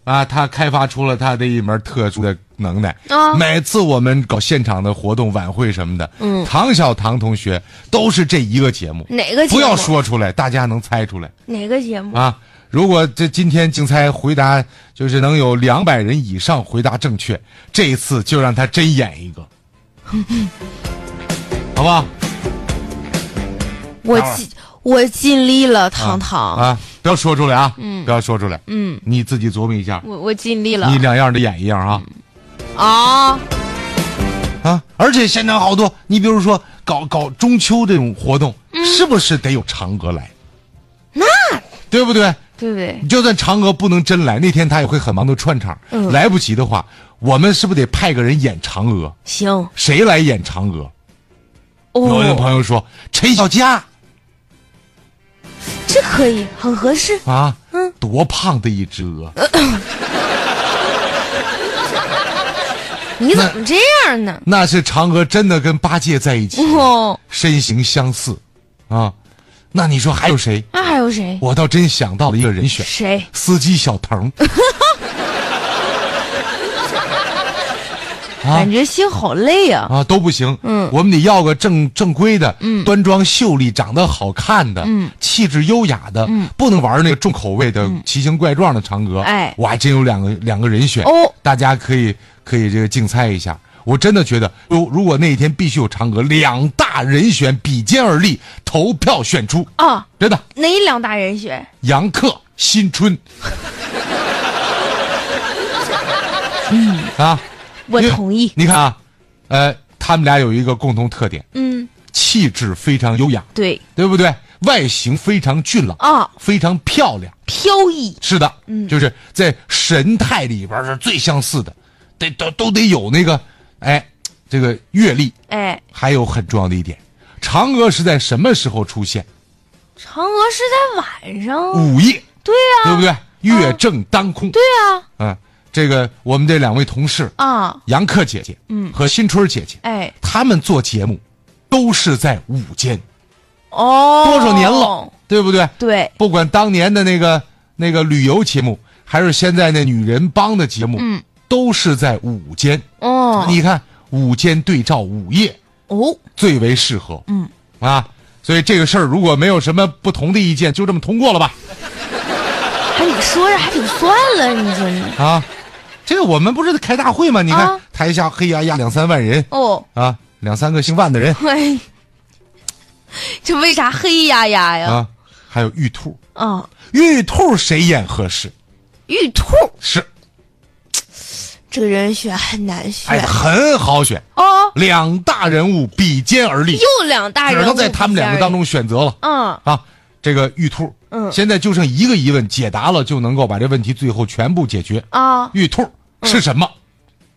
Speaker 4: 啊，他开发出了他的一门特殊的能耐。
Speaker 5: 啊
Speaker 4: 每次我们搞现场的活动、晚会什么的，嗯，唐小唐同学都是这一个节目，
Speaker 5: 哪个节
Speaker 4: 不
Speaker 5: 目
Speaker 4: 要说出来，大家能猜出来
Speaker 5: 哪个节目？
Speaker 4: 啊。如果这今天竞猜回答就是能有两百人以上回答正确，这一次就让他 真演一个，好不好？
Speaker 5: 我
Speaker 4: 等会儿
Speaker 5: 尽我尽力了，糖糖，
Speaker 4: 啊，不要说出来啊，嗯，不要说出来，嗯，你自己琢磨一下，
Speaker 5: 我我尽力了
Speaker 4: 你两样的演一样啊
Speaker 5: 啊！
Speaker 4: 啊！而且现场好多，你比如说搞搞中秋这种活动，
Speaker 5: 嗯
Speaker 4: 是不是得有嫦娥来？那对不对？
Speaker 5: 对不对？
Speaker 4: 就算嫦娥不能真来，那天她也会很忙的串场，
Speaker 5: 嗯
Speaker 4: 来不及的话，我们是不是得派个人演嫦娥？
Speaker 5: 行
Speaker 4: 谁来演嫦娥？有的
Speaker 5: 哦，
Speaker 4: 朋友说陈小佳
Speaker 5: 这可以，很合适。
Speaker 4: 啊，
Speaker 5: 嗯
Speaker 4: 多胖的一只鹅，
Speaker 5: 你怎么这样呢？
Speaker 4: 那是嫦娥真的跟八戒在一起，
Speaker 5: 哦，
Speaker 4: 身形相似，啊，那你说还有谁？
Speaker 5: 那还有谁？
Speaker 4: 我倒真想到了一个人选，
Speaker 5: 谁？
Speaker 4: 司机小腾，啊
Speaker 5: 感觉心好累呀、
Speaker 4: 啊，都不行。
Speaker 5: 嗯
Speaker 4: 我们得要个正正规的，嗯，端庄秀丽、长得好看的，嗯，气质优雅的，嗯，不能玩那个重口味的、奇形怪状的嫦娥。
Speaker 5: 哎
Speaker 4: 我还真有两个两个人选
Speaker 5: 哦
Speaker 4: 大家可以可以这个竞猜一下。我真的觉得，如如果那一天必须有嫦娥，两大人选比肩而立，投票选出，
Speaker 5: 啊！
Speaker 4: 真的。
Speaker 5: 哪两大人选？
Speaker 4: 杨克、新 春，嗯啊，
Speaker 5: 我
Speaker 4: 因为
Speaker 5: 同意。
Speaker 4: 你看啊，呃，他们俩有一个共同特点，
Speaker 5: 嗯，
Speaker 4: 气质非常优雅，
Speaker 5: 对，
Speaker 4: 对不对？外形非常俊朗
Speaker 5: 啊
Speaker 4: 非常漂亮。
Speaker 5: 飘逸。
Speaker 4: 是的，嗯，就是在神态里边是最相似的，得都都得有那个，哎，这个阅历。
Speaker 5: 哎，
Speaker 4: 还有很重要的一点，嫦娥是在什么时候出现？
Speaker 5: 嫦娥是在晚上。
Speaker 4: 午夜，
Speaker 5: 对啊
Speaker 4: 对
Speaker 5: 呀、
Speaker 4: 不对？月正当空。
Speaker 5: 哦对啊
Speaker 4: 嗯，
Speaker 5: 呀、
Speaker 4: 这个我们这两位同事
Speaker 5: 啊，
Speaker 4: 杨克姐姐，嗯，和新春姐姐，
Speaker 5: 哎，
Speaker 4: 他们做节目都是在午间，
Speaker 5: 哦，
Speaker 4: 多少年了，？对不对？
Speaker 5: 对，
Speaker 4: 不管当年的那个那个旅游节目，还是现在那女人帮的节目，嗯，都是在午间。
Speaker 5: 哦，
Speaker 4: 你看，午间对照午夜
Speaker 5: 哦，
Speaker 4: 最为适合。嗯，啊，所以这个事儿如果没有什么不同的意见，就这么通过了吧？
Speaker 5: 还你说着还挺算了，你说你
Speaker 4: 啊，这个我们不是开大会吗？你看、
Speaker 5: 啊
Speaker 4: 台下黑压压两三万人，
Speaker 5: 哦，
Speaker 4: 啊，两三个姓万的人
Speaker 5: 哎， 这为啥黑压压呀？
Speaker 4: 啊，还有玉兔，
Speaker 5: 啊，
Speaker 4: 玉兔谁演合适？
Speaker 5: 玉兔
Speaker 4: 是，
Speaker 5: 这个人选很难选
Speaker 4: 哎，很好选，
Speaker 5: 哦，
Speaker 4: 两大人物比肩而立，
Speaker 5: 又两大
Speaker 4: 只
Speaker 5: 人物
Speaker 4: 能在他们两个当中选择了
Speaker 5: 比较而已。
Speaker 4: 啊。这个玉兔，
Speaker 5: 嗯
Speaker 4: 现在就剩一个疑问，解答了就能够把这问题最后全部解决。
Speaker 5: 嗯啊，
Speaker 4: 玉兔是什么？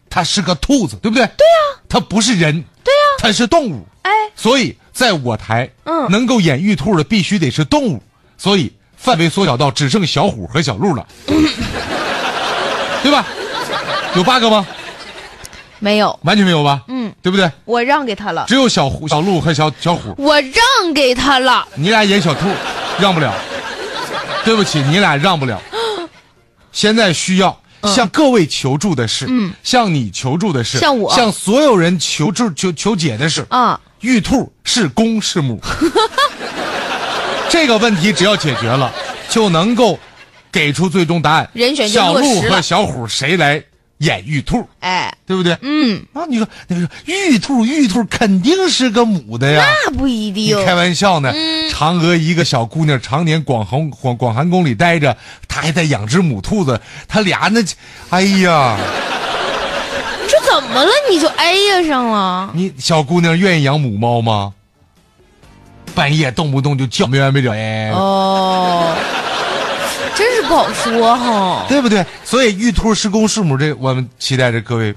Speaker 4: 它是个兔子，对不对？对呀、它不是人，对呀、它是动物。
Speaker 5: 哎，
Speaker 4: 所以在我台，
Speaker 5: 嗯
Speaker 4: 能够演玉兔的必须得是动物，所以范围缩小到只剩小虎和小 鹿了，对吧？有 bug 吗？
Speaker 5: 没有，
Speaker 4: 完全没有吧？
Speaker 5: 嗯，
Speaker 4: 对不对？
Speaker 5: 我让给他了，
Speaker 4: 只有小虎、小鹿和小小虎，
Speaker 5: 我让给他了。
Speaker 4: 你俩演小兔，让不了。对不起，你俩让不了。现在需要
Speaker 5: 嗯
Speaker 4: 向各位求助的是，嗯，向你求助的是，
Speaker 5: 向我
Speaker 4: 向所有人求助求求解的是，
Speaker 5: 啊，
Speaker 4: 玉兔是公是 母？这个问题只要解决了，就能够给出最终答案。
Speaker 5: 人选就
Speaker 4: 小
Speaker 5: 落实
Speaker 4: 鹿
Speaker 5: 了
Speaker 4: 和小虎谁来演玉兔？
Speaker 5: 哎，
Speaker 4: 对不对？
Speaker 5: 嗯，
Speaker 4: 啊，你说那个说玉兔，玉兔肯定是个母的呀。
Speaker 5: 那嗯不一
Speaker 4: 啊你
Speaker 5: 定。
Speaker 4: 开玩笑呢？嫦娥一个小姑娘，常年广寒广广寒宫里待着，她还在养只母兔子，她俩那，哎呀，
Speaker 5: 这怎么了？你就哎呀上了？
Speaker 4: 你小姑娘愿意养母猫吗？半夜动不动就叫没完没了，哎，
Speaker 5: 哦，真是不好说哈。
Speaker 4: 哎对不对？所以玉兔是公是母，这我们期待着各位，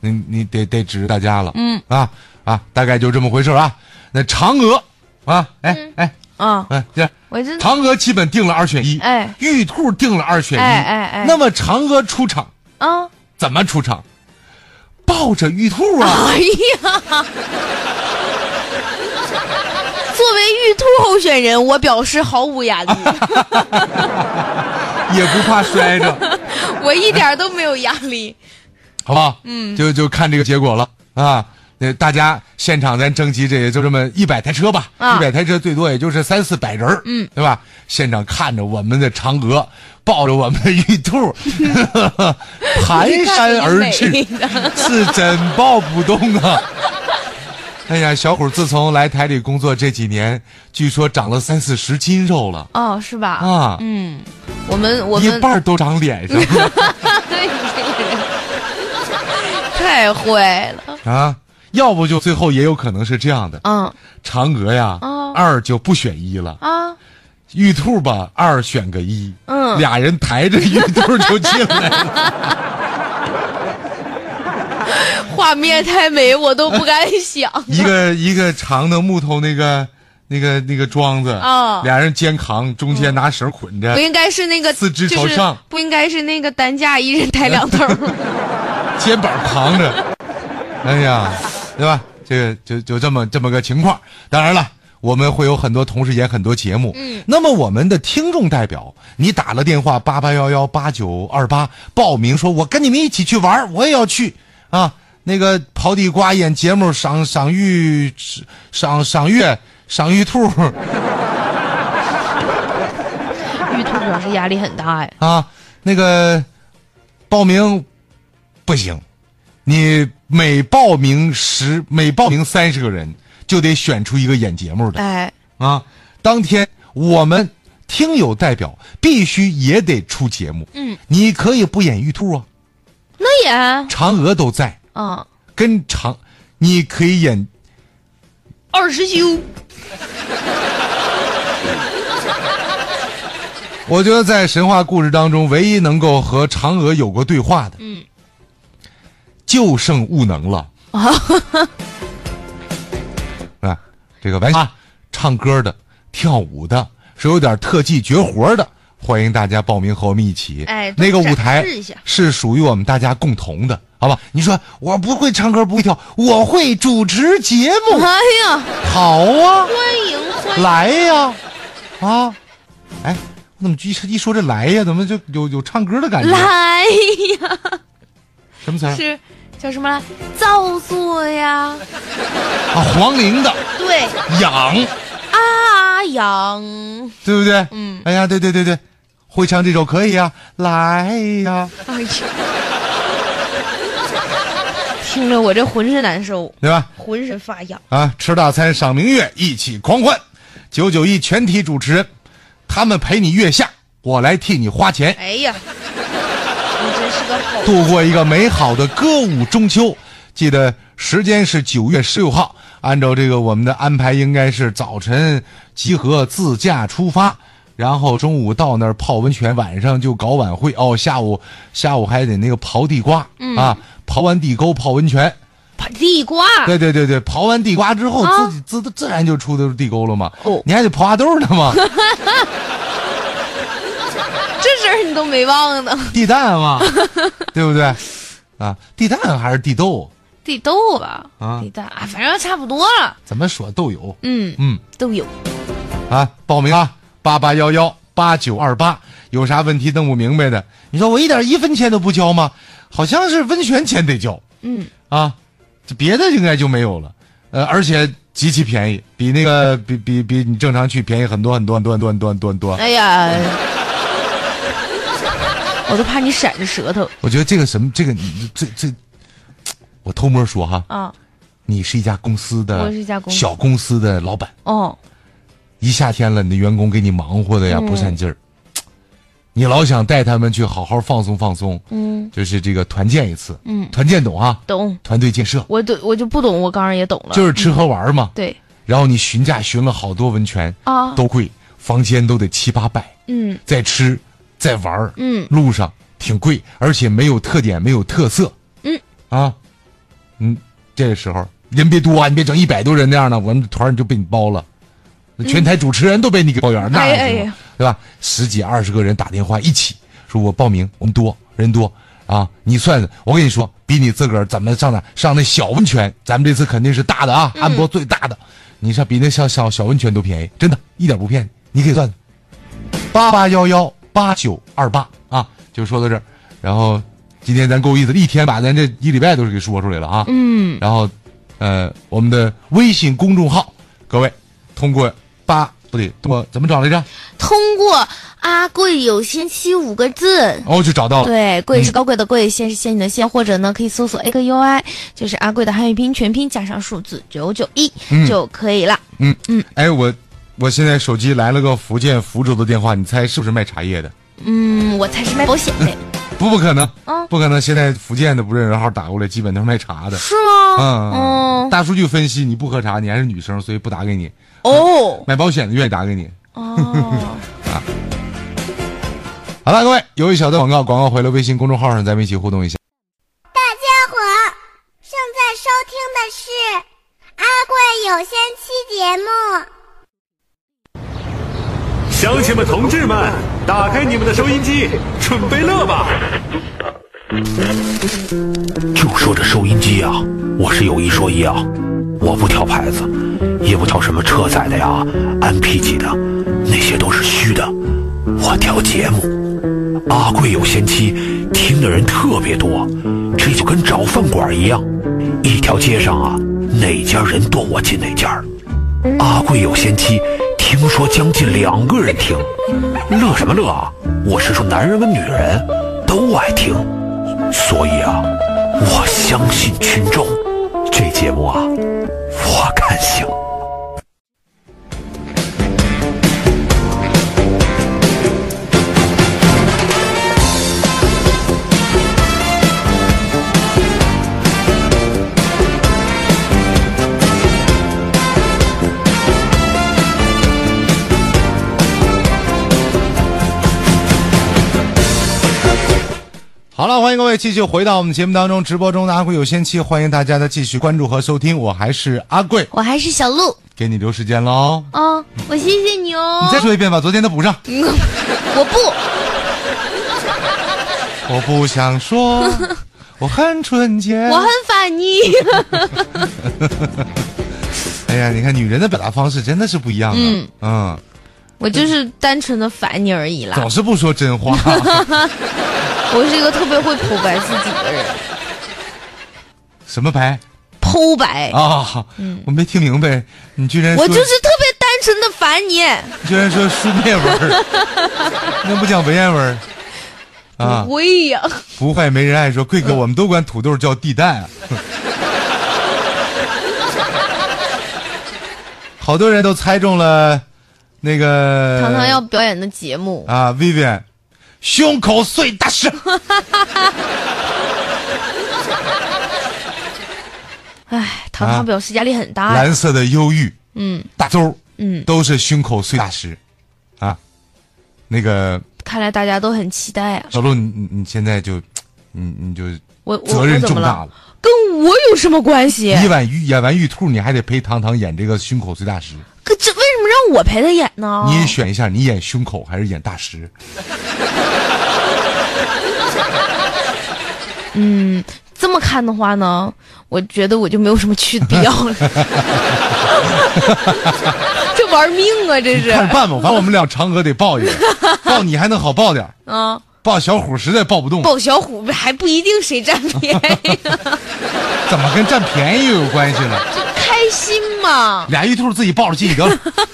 Speaker 4: 你你得得指大家了，嗯啊啊，大概就这么回事啊。那嫦娥啊，哎、哎
Speaker 5: 啊，
Speaker 4: 哎，这样
Speaker 5: 我真
Speaker 4: 嫦娥基本定了二选一，
Speaker 5: 哎
Speaker 4: 玉兔定了二选一，
Speaker 5: 哎哎哎
Speaker 4: 那么嫦娥出场
Speaker 5: 啊，
Speaker 4: 怎么出场？抱着玉兔啊，
Speaker 5: 哎呀，作为玉兔候选人，我表示毫无压 力，
Speaker 4: 也不怕摔着，
Speaker 5: 我一点都没有压力。
Speaker 4: 好不好？嗯，就就看这个结果了啊。那大家现场咱征集这也就这么一百台车吧，
Speaker 5: 啊
Speaker 4: 一百台车最多也就是三四百人儿，嗯，对吧？现场看着我们的嫦娥，抱着我们的玉 兔， 哎 蹒跚而至，是真抱不动啊。哎呀，小虎自从来台里工作这几年，据说长了三四十斤肉了
Speaker 5: 哦，是吧？
Speaker 4: 啊，
Speaker 5: 嗯，我们我
Speaker 4: 一
Speaker 5: 们
Speaker 4: 半儿都长脸上了
Speaker 5: 太坏了，
Speaker 4: 啊。要不就最后也有可能是这样的，
Speaker 5: 嗯
Speaker 4: 嫦娥呀，
Speaker 5: 哦
Speaker 4: 二就不选一了，
Speaker 5: 啊，
Speaker 4: 玉兔吧，二选个一，
Speaker 5: 嗯
Speaker 4: 俩人抬着玉兔就进来 了。
Speaker 5: 画面太美，我都不敢想。
Speaker 4: 一个一个长的木头那个那个那个桩子
Speaker 5: 哦嗯
Speaker 4: 俩人肩扛，中间拿绳捆着
Speaker 5: 不，应该是那个
Speaker 4: 四肢朝
Speaker 5: 就是
Speaker 4: 上
Speaker 5: 不应该是那个担架一人抬 两头儿。
Speaker 4: 肩膀扛着，哎呀，对吧？这个就就这么这么个情况。当然了，我们会有很多同事演很多节目，嗯，那么我们的听众代表，你打了电话八八幺幺八九二八报名，说我跟你们一起去玩儿，我也要去啊。那个刨地瓜演节目，赏赏玉赏赏月赏玉兔。
Speaker 5: 玉兔表示压力很大哎呀，
Speaker 4: 啊，那个报名不行，你每报名十，每报名三十个人，就得选出一个演节目的
Speaker 5: 哎，
Speaker 4: 啊。当天我们听友代表必须也得出节目，
Speaker 5: 嗯，
Speaker 4: 你可以不演玉兔啊，
Speaker 5: 那也啊、
Speaker 4: 嫦娥都在，
Speaker 5: 嗯
Speaker 4: 跟嫦，你可以演
Speaker 5: 二师兄，
Speaker 4: 我觉得在神话故事当中，唯一能够和嫦娥有过对话的，嗯，就剩悟能 了。啊，这个玩啊，唱歌的、跳舞的，是有点特技绝活的，欢迎大家报名和我们一起。
Speaker 5: 哎
Speaker 4: 那个
Speaker 5: 都展
Speaker 4: 舞台
Speaker 5: 示一下
Speaker 4: 是属于我们大家共同的，好吧？你说我不会唱歌，不会跳，我会主持节 目，
Speaker 5: 哎呀，
Speaker 4: 好啊。
Speaker 5: 欢迎欢迎，
Speaker 4: 来呀，啊，哎，我怎么一一说这来呀，怎么就有有唱歌的感觉？
Speaker 5: 来呀，
Speaker 4: 什么词儿
Speaker 5: 是叫什么来？造作
Speaker 4: 啊，
Speaker 5: 呀，
Speaker 4: 黄龄的
Speaker 5: 对，
Speaker 4: 痒，
Speaker 5: 阿阳，
Speaker 4: 对不对？
Speaker 5: 嗯
Speaker 4: 哎呀，对对对对，会唱这首可以呀，来呀，
Speaker 5: 哎呀，听着我这浑身难受，
Speaker 4: 对吧？
Speaker 5: 浑身发痒。
Speaker 4: 啊，吃大餐，赏明月，一起狂欢。九九一全体主持人，他们陪你月下，我来替你花钱，
Speaker 5: 哎呀，你真是个好。
Speaker 4: 度过一个美好的歌舞中秋。记得时间是九月十六号，按照这个我们的安排，应该是早晨集合自驾出发，然后中午到那儿泡温泉，晚上就搞晚会哦，下午下午还得那个刨地瓜、啊，刨完地沟泡温泉，
Speaker 5: 地瓜，
Speaker 4: 对对对对，刨完地瓜之后，
Speaker 5: 啊
Speaker 4: 自己自自然就出的地沟了嘛，
Speaker 5: 哦
Speaker 4: 你还得刨花豆呢嘛，
Speaker 5: 这事儿你都没忘呢。
Speaker 4: 地蛋嘛，对不对？啊，地蛋还是地豆？
Speaker 5: 地豆吧，
Speaker 4: 啊
Speaker 5: 地蛋啊，反正差不多了。
Speaker 4: 怎么说豆油？
Speaker 5: 嗯，
Speaker 4: 嗯。
Speaker 5: 都有。
Speaker 4: 啊，报名啊，八八幺幺八九二八，有啥问题弄不明白的，你说我一点一分钱都不交吗？好像是温泉钱得交
Speaker 5: 嗯，
Speaker 4: 啊，这别的应该就没有了，呃，而且极其便宜，比那个比比比你正常去便宜很多很多很多很多很多很多很多。
Speaker 5: 哎呀，我都怕你闪着舌头
Speaker 4: 我觉得这个什么，这个你这这，我偷摸说哈，
Speaker 5: 啊。
Speaker 4: 你是一家公司的，
Speaker 5: 我是一家公司
Speaker 4: 小公司的老板，
Speaker 5: 哦，
Speaker 4: 一夏天了，你的员工给你忙活的呀
Speaker 5: 嗯
Speaker 4: 不善劲儿，你老想带他们去好好放松放松，
Speaker 5: 嗯，
Speaker 4: 就是这个团建一次，
Speaker 5: 嗯
Speaker 4: 团建懂啊？
Speaker 5: 懂。
Speaker 4: 团队建设
Speaker 5: 我都我就不懂，我刚刚也懂了。
Speaker 4: 就是是吃喝玩嘛。
Speaker 5: 对，
Speaker 4: 然后你询价询了好多温泉
Speaker 5: 啊
Speaker 4: 都贵，房间都得七八百，
Speaker 5: 嗯
Speaker 4: 再吃再玩儿，
Speaker 5: 嗯
Speaker 4: 路上挺贵，而且没有特点，没有特色，
Speaker 5: 嗯
Speaker 4: 啊，嗯，这个时候人别多啊，你别整一百多人那样的，我们团儿就被你包了。全台主持人都被你给包圆了，那
Speaker 5: 哎
Speaker 4: 还
Speaker 5: 哎
Speaker 4: 行
Speaker 5: 哎
Speaker 4: 吗对吧？十几二十个人打电话一起说，我报名，我们多人多啊，你算算，我跟你说，比你自个儿咱们上哪上那小温泉，咱们这次肯定是大的
Speaker 5: 嗯
Speaker 4: 啊，安博最大的，你上比那小小小温泉都便宜，真的，一点不骗你，你可以算算。八八幺幺八九二八啊，就说到这儿。然后今天咱够意思，一天把咱这一礼拜都是给说出来了啊。
Speaker 5: 嗯，
Speaker 4: 然后，呃，我们的微信公众号，各位通过八不对，通过怎么找来着？
Speaker 5: 通过阿贵有仙妻五个字。
Speaker 4: 哦，就找到了。
Speaker 5: 对，贵是高贵的贵，仙是仙女的仙，或者呢可以搜索 A 个 U I，就是阿贵的汉语拼音全拼加上数字九九一就可以了。
Speaker 4: 嗯嗯，哎，我我现在手机来了个福建福州的电话，你猜是不是卖茶叶的？
Speaker 5: 嗯，我才是卖保险的，
Speaker 4: 不，不可能，
Speaker 5: 嗯
Speaker 4: 不可能。现在福建的不认人号打过来，基本都是卖茶的。
Speaker 5: 是吗？
Speaker 4: 嗯，
Speaker 5: 嗯，
Speaker 4: 大数据分析，你不喝茶，你还是女生，所以不打给你。
Speaker 5: 哦，
Speaker 4: 买保险的愿意打给你。
Speaker 5: 哦，
Speaker 4: 好了，各位，有一小段广告，广告回来微信公众号上，咱们一起互动一下。
Speaker 6: 大家伙，正在收听的是《阿贵有仙妻》节目。
Speaker 2: 乡亲们、同志们，打开你们的收音机，准备乐吧！
Speaker 7: 就说这收音机啊，我是有一说一啊，我不挑牌子，也不挑什么车载的呀、MP 级的，那些都是虚的，我挑节目。阿贵有仙妻，听的人特别多，这就跟找饭馆一样，一条街上啊，哪家人多我进哪家儿。阿贵有仙妻，听说将近两个人听，乐什么乐啊？我是说男人跟女人都爱听，所以啊，我相信群众，这节目啊，我看行。
Speaker 4: 好了，欢迎各位继续回到我们节目当中，直播中的阿贵有仙妻，欢迎大家的继续关注和收听，我还是阿贵，
Speaker 5: 我还是小鹿
Speaker 4: 给你留时间喽。
Speaker 5: 哦，我谢谢你哦。
Speaker 4: 嗯你再说一遍吧，昨天的补上。
Speaker 5: 我不，
Speaker 4: 我不想 说，我很纯洁。
Speaker 5: 我很反 你。
Speaker 4: 哎呀，你看女人的表达方式真的是不一样的。嗯
Speaker 5: 我就是单纯的烦你而已啦。
Speaker 4: 总是不说真话。
Speaker 5: 我是一个特别会剖白自己的人，
Speaker 4: 什么 白
Speaker 5: 剖白，
Speaker 4: 啊？我没听明白，你居然
Speaker 5: 哎嗯我
Speaker 4: 说
Speaker 5: 就是特别单纯的烦你。
Speaker 4: 你居然说书面文儿， 那不讲文言文儿啊？
Speaker 5: 会呀、
Speaker 4: 不会没人爱说，贵哥，我们都管土豆叫地蛋、啊。好多人都猜中了那个
Speaker 5: 糖糖要表演的节目，
Speaker 4: 啊，Vivian，胸口碎大石。
Speaker 5: 唉，糖糖表示压力很大呀。
Speaker 4: 啊蓝色的忧郁，
Speaker 5: 啊嗯，
Speaker 4: 大周，
Speaker 5: 嗯
Speaker 4: 都是胸口碎大石，啊，那个
Speaker 5: 看来大家都很期待啊。
Speaker 4: 小鹿，你你你现在就，你你就
Speaker 5: 我我
Speaker 4: 责任
Speaker 5: 我怎
Speaker 4: 重
Speaker 5: 么
Speaker 4: 大
Speaker 5: 了？
Speaker 4: 了。
Speaker 5: 跟我有什么关系？
Speaker 4: 你演完玉演完玉兔，你还得陪糖糖演这个胸口碎大石。
Speaker 5: 可这为什么让我陪他演呢？
Speaker 4: 你也选一下，你演胸口还是演大石？
Speaker 5: 这么看的话呢，我觉得我就没有什么去的必要 了。这玩命啊，这是
Speaker 4: 看着办吧，反正我们俩嫦娥得抱一个，抱你还能好抱点儿，
Speaker 5: 啊！
Speaker 4: 抱小虎实在抱不动，
Speaker 5: 抱小虎还不一定谁占便宜呢，
Speaker 4: 怎么跟占便宜又有关系了？
Speaker 5: 开心嘛？
Speaker 4: 俩玉兔自己抱着进去得了。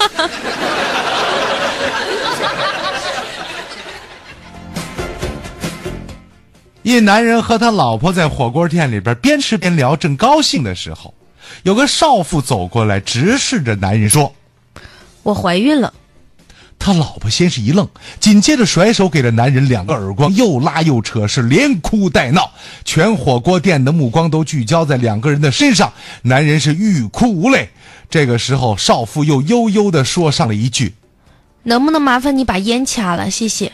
Speaker 4: 一男人和他老婆在火锅店里边边吃边聊，正高兴的时候，有个少妇走过来，直视着男人说。
Speaker 5: 我怀孕了，
Speaker 4: 他老婆先是一愣，紧接着甩手给了男人两个耳光，又拉又扯，是连哭带闹。全火锅店的目光都聚焦在两个人的身上，男人是欲哭无泪。这个时候，少妇又悠悠地说上了一句
Speaker 5: 能不能麻烦你把烟掐了？谢谢。：“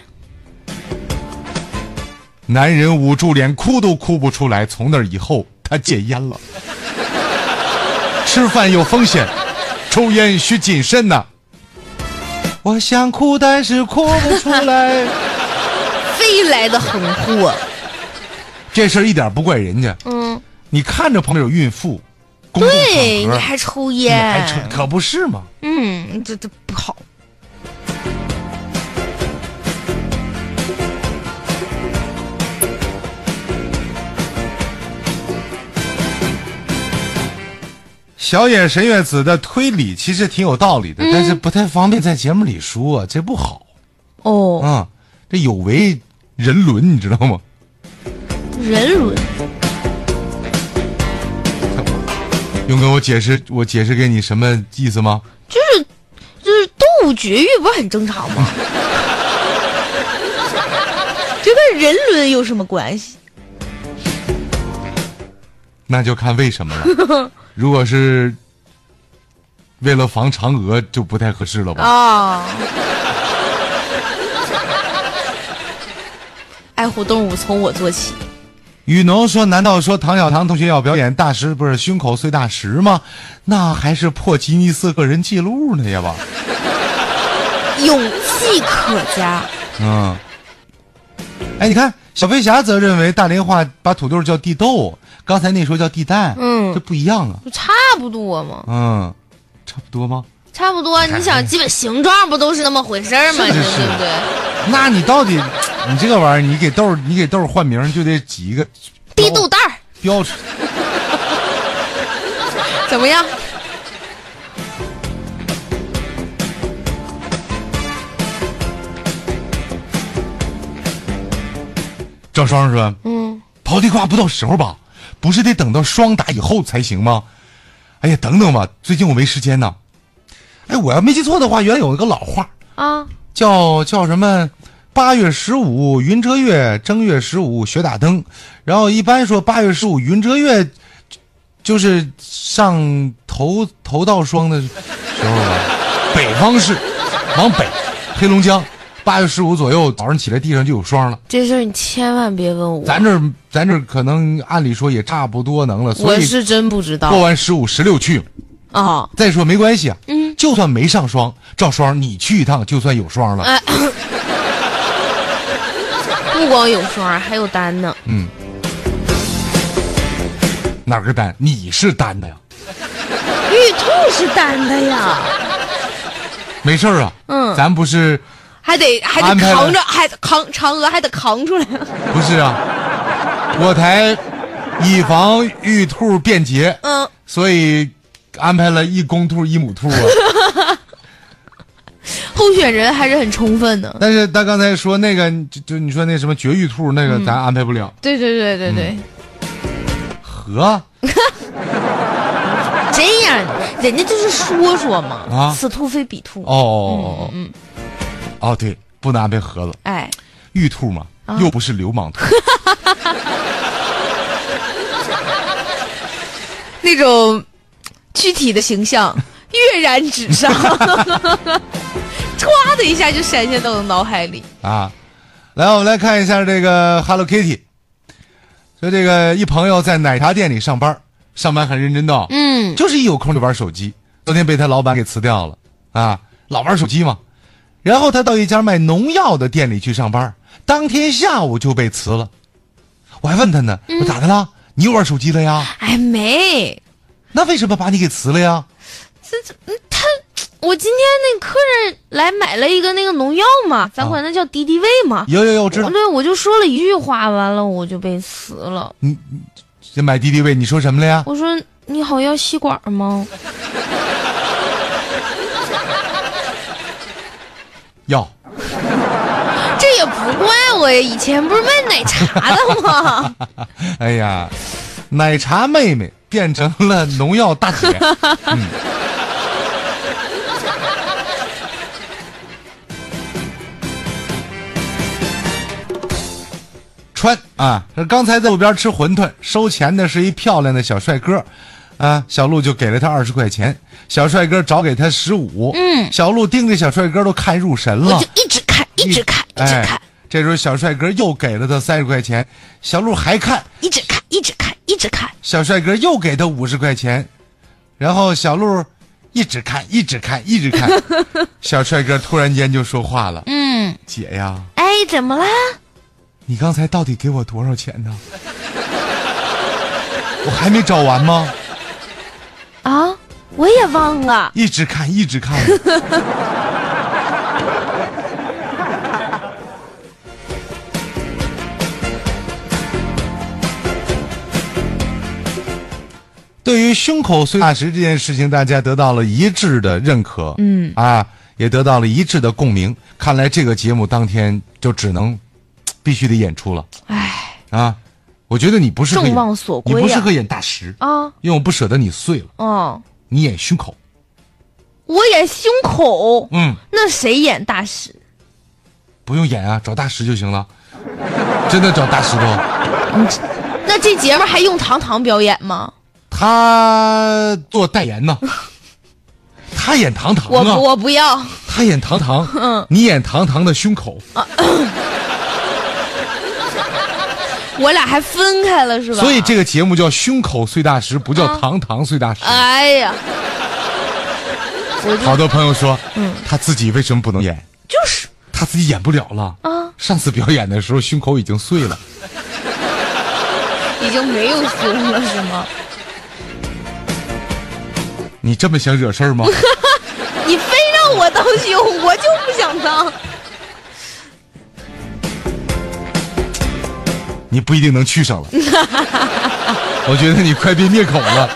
Speaker 4: 男人捂住脸，哭都哭不出来。”从那以后，他戒烟了。吃饭有风险，抽烟需谨慎呐、我想哭，但是哭不出来。
Speaker 5: 飞来的横祸，
Speaker 4: 这事儿一点不怪人家。
Speaker 5: 嗯，
Speaker 4: 你看着旁边有孕妇，公众
Speaker 5: 对，你
Speaker 4: 场合
Speaker 5: 还抽
Speaker 4: 你
Speaker 5: 烟，
Speaker 4: 还扯可不是吗？
Speaker 5: 嗯，这这不好。
Speaker 4: 小野神月
Speaker 5: 嗯
Speaker 4: 子的推理其实挺有道理的，但是不太方便在节目里说，这不好。
Speaker 5: 哦，
Speaker 4: 啊，这有违人伦，你知道吗？
Speaker 5: 人伦
Speaker 4: 勇哥，我解释，我解释给你什么意思吗？
Speaker 5: 就是就是动物绝育，不是很正常吗？ 这跟人伦有什么关系？
Speaker 4: 那就看为什么了。 如果是为了防嫦娥，就不太合适了吧？
Speaker 5: 啊、爱护动物从我做起。
Speaker 4: 雨农说：“难道说唐小棠同学要表演大石不是胸口碎大石吗？那还是破吉尼斯个人纪录呢，要吧？
Speaker 5: 勇气可嘉。
Speaker 4: 嗯。哎，你看，小飞侠则认为大连话把土豆叫地豆，刚才那时候叫地蛋，
Speaker 5: 嗯
Speaker 4: 这不一样啊，
Speaker 5: 就差不多嘛，
Speaker 4: 嗯，差不多吗？
Speaker 5: 差不多。你想，基本形状不都是哦那么回事儿吗？
Speaker 4: 是
Speaker 5: 你
Speaker 4: 是
Speaker 5: 说对不对？
Speaker 4: 那你到底，你这个玩意儿，你给豆儿，你给豆儿换名儿就得几一个
Speaker 5: 地肚蛋儿
Speaker 4: 标准。”
Speaker 5: 怎么样？
Speaker 4: 赵双说：“嗯，刨地瓜不到时候吧？不是得等到霜打以后才行吗？哎呀，等等吧，最近我没时间呢。哎，我要没记错的话，原来有一个老话
Speaker 5: 啊，
Speaker 4: 叫叫什么？八月十五云遮月，正月十五雪打灯。然后一般说八月十五云遮月，就就是上头头到霜的时候啊吧。北方是往北，黑龙江八月十五左右早上起来地上就有霜了。”
Speaker 5: 这事儿你千万别问我，
Speaker 4: 咱这儿咱这儿可能按理说也差不多能了，所
Speaker 5: 我
Speaker 4: 以
Speaker 5: 是真不知道
Speaker 4: 过完十五十六去。
Speaker 5: 啊。
Speaker 4: 再说没关系啊，嗯，就算没上霜，照霜你去一趟，就算有霜了。
Speaker 5: 哎，不光有霜，还有单呢。
Speaker 4: 哪儿个单？你是单的呀？
Speaker 5: 玉兔是单的呀，
Speaker 4: 没事儿啊，
Speaker 5: 嗯
Speaker 4: 咱不是
Speaker 5: 还得还
Speaker 4: 安
Speaker 5: 得
Speaker 4: 排了
Speaker 5: 扛着，还扛嫦娥还得扛出来。
Speaker 4: 不是啊，我台以防玉兔变节，
Speaker 5: 嗯，
Speaker 4: 所以安排了一公兔一母 兔啊。
Speaker 5: 候选人还是很充分的。
Speaker 4: 但是他刚才说那个，就就你说那什么绝育兔那个，
Speaker 5: 嗯
Speaker 4: 咱安排不了。
Speaker 5: 对对对对对，
Speaker 4: 和
Speaker 5: 这样的人家就是说说嘛，
Speaker 4: 嗯啊
Speaker 5: 此兔非彼兔。
Speaker 4: 哦哦哦哦哦，哦对，不能安排盒子。
Speaker 5: 哎，
Speaker 4: 玉兔嘛，又不是流氓兔，
Speaker 5: 那种躯体的 形象跃然纸上， 歘的一下就闪现到我脑海里。
Speaker 4: 啊。来，我们来看一下这个 Hello Kitty，说这个一朋友在奶茶店里上班，上班很认真的、哦，
Speaker 5: 嗯，
Speaker 4: 就是一有空就玩手机。昨天被他老板给辞掉了啊，老玩手机嘛。然后他到一家卖农药的店里去上班，当天下午就被辞了。我还问他呢，我咋的了？你又玩手机了呀？
Speaker 5: 哎没，
Speaker 4: 那为什么把你给辞了呀？
Speaker 5: 嗯他我今天那客人来买了一个那个农药嘛，
Speaker 4: 啊
Speaker 5: 咱管它叫敌敌畏嘛。
Speaker 4: 有有有，我知道。
Speaker 5: 对，我就说了一句话，完了我就被辞了。
Speaker 4: 这买敌敌畏，你说什么了呀？
Speaker 5: 我说你好要吸管吗？
Speaker 4: 要。
Speaker 5: 这也不怪我呀，以前不是卖奶茶的 吗？
Speaker 4: 哎呀，奶茶妹妹变成了农药大 姐。嗯。川啊，说刚才在路边吃馄饨，收钱的是一漂亮的小帅哥，啊，小鹿就给了他二十块钱，小帅哥找给他十五，嗯，小鹿盯着小帅哥都看入神
Speaker 5: 我
Speaker 4: 了，
Speaker 5: 就一直看，一直看，一直
Speaker 4: 哎
Speaker 5: 看，
Speaker 4: 这时候小帅哥又给了他三十块钱，小鹿还看，
Speaker 5: 一直看，一直看，一直看。
Speaker 4: 小帅哥又给他五十块钱，然后小鹿一直看，一直看，一 直看。小帅哥突然间就说话了
Speaker 5: 嗯，：“
Speaker 4: 姐呀，
Speaker 5: 哎，怎么啦？
Speaker 4: 你刚才到底给我多少钱呢？我还没找完吗？
Speaker 5: 啊，我也忘了。
Speaker 4: 一直看，一直 看。对于胸口碎大石这件事情，大家得到了一致的认可。嗯啊，也得到了一致的共鸣。看来这个节目当天就只能必须得演出了
Speaker 5: 哎，
Speaker 4: 啊！我觉得你不适合演
Speaker 5: 众望所归啊
Speaker 4: 你不适合演大石，
Speaker 5: 啊，
Speaker 4: 因为我不舍得你碎了，
Speaker 5: 哦，
Speaker 4: 你演胸口。
Speaker 5: 我演胸口，
Speaker 4: 嗯，
Speaker 5: 那谁演大使？
Speaker 4: 不用演啊，找大石就行了。真的找大石头，
Speaker 5: 那这节目还用糖糖表演吗？
Speaker 4: 他做代言呢，他演糖糖
Speaker 5: 我
Speaker 4: 啊，
Speaker 5: 不我嗯不要，
Speaker 4: 他演糖糖，你演糖糖的胸口，
Speaker 5: 嗯我俩还分开了是吧？
Speaker 4: 所以这个节目叫胸口碎大石，不
Speaker 5: 嗯
Speaker 4: 叫糖糖碎大石。
Speaker 5: 哎呀，
Speaker 4: 好多朋友说，他自己为什么不能演？
Speaker 5: 嗯就是
Speaker 4: 他自己演不了了
Speaker 5: 啊！
Speaker 4: 上次表演的时候，胸口已经碎了。
Speaker 5: 已经没有胸了是吗？
Speaker 4: 你这么想惹事儿 吗？
Speaker 5: 你非让我当胸，我就不想当。
Speaker 4: 你不一定能去 上了。我觉得你快被灭口了。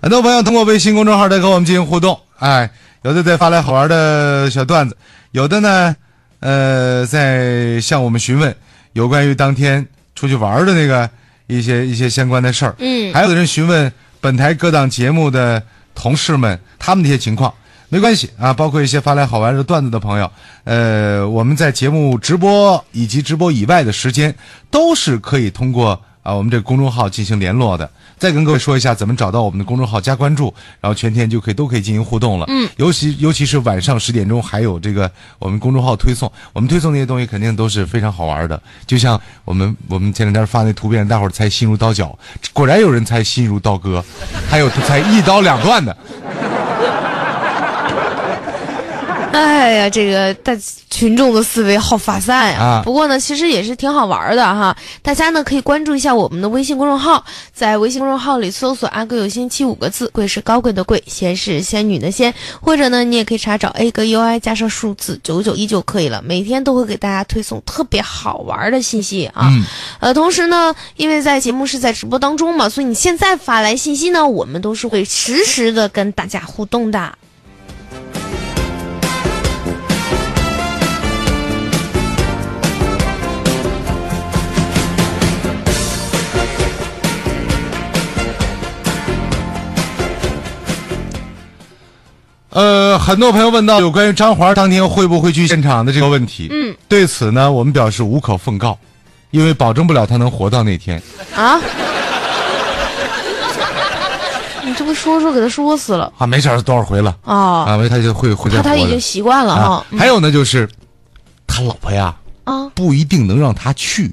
Speaker 4: 很多朋友通过微信公众号在跟我们进行互动，哎，有的在发来好玩的小段子，有的呢，呃，在向我们询问有关于当天出去玩的那个一些一些相关的事儿，
Speaker 5: 嗯
Speaker 4: 还有的人询问本台各档节目的同事们他们的一些情况。没关系啊，包括一些发来好玩的段子的朋友，呃，我们在节目直播以及直播以外的时间，都是可以通过啊我们这个公众号进行联络的。再跟各位说一下怎么找到我们的公众号加关注，然后全天就可以都可以进行互动了。嗯，尤其尤其是晚上十点钟还有这个我们公众号推送，我们推送那些东西肯定都是非常好玩的。就像我们我们前两天发那图片，大伙儿猜心如刀绞，果然有人猜心如刀割，还有猜一刀两断的。
Speaker 5: 哎呀，这个大群众的思维好发散呀、
Speaker 4: 啊
Speaker 5: 不过呢，其实也是挺好玩的哈。大家呢可以关注一下我们的微信公众号，在微信公众号里搜索“阿贵有仙妻”五个字，贵是高贵的贵，仙是仙女的仙。或者呢，你也可以查找 A 哥 UI 加上数字九九一就可以了。每天都会给大家推送特别好玩的信息啊。
Speaker 4: 嗯
Speaker 5: 呃，同时呢，因为在节目是在直播当中嘛，所以你现在发来信息呢，我们都是会实时的跟大家互动的。
Speaker 4: 呃，很多朋友问到有关于张华当天会不会去现场的这个问题，嗯，对此呢，我们表示无可奉告，因为保证不了他能活到那天。
Speaker 5: 啊！你这不说说给他说死了
Speaker 4: 啊，没事儿，多少回了
Speaker 5: 哦，
Speaker 4: 啊，他就会会再
Speaker 5: 他
Speaker 4: 活
Speaker 5: 他已经
Speaker 4: 的。
Speaker 5: 习惯了
Speaker 4: 啊
Speaker 5: 哈，嗯
Speaker 4: 还有呢，就是他老婆呀，
Speaker 5: 啊
Speaker 4: 不一定能让他去。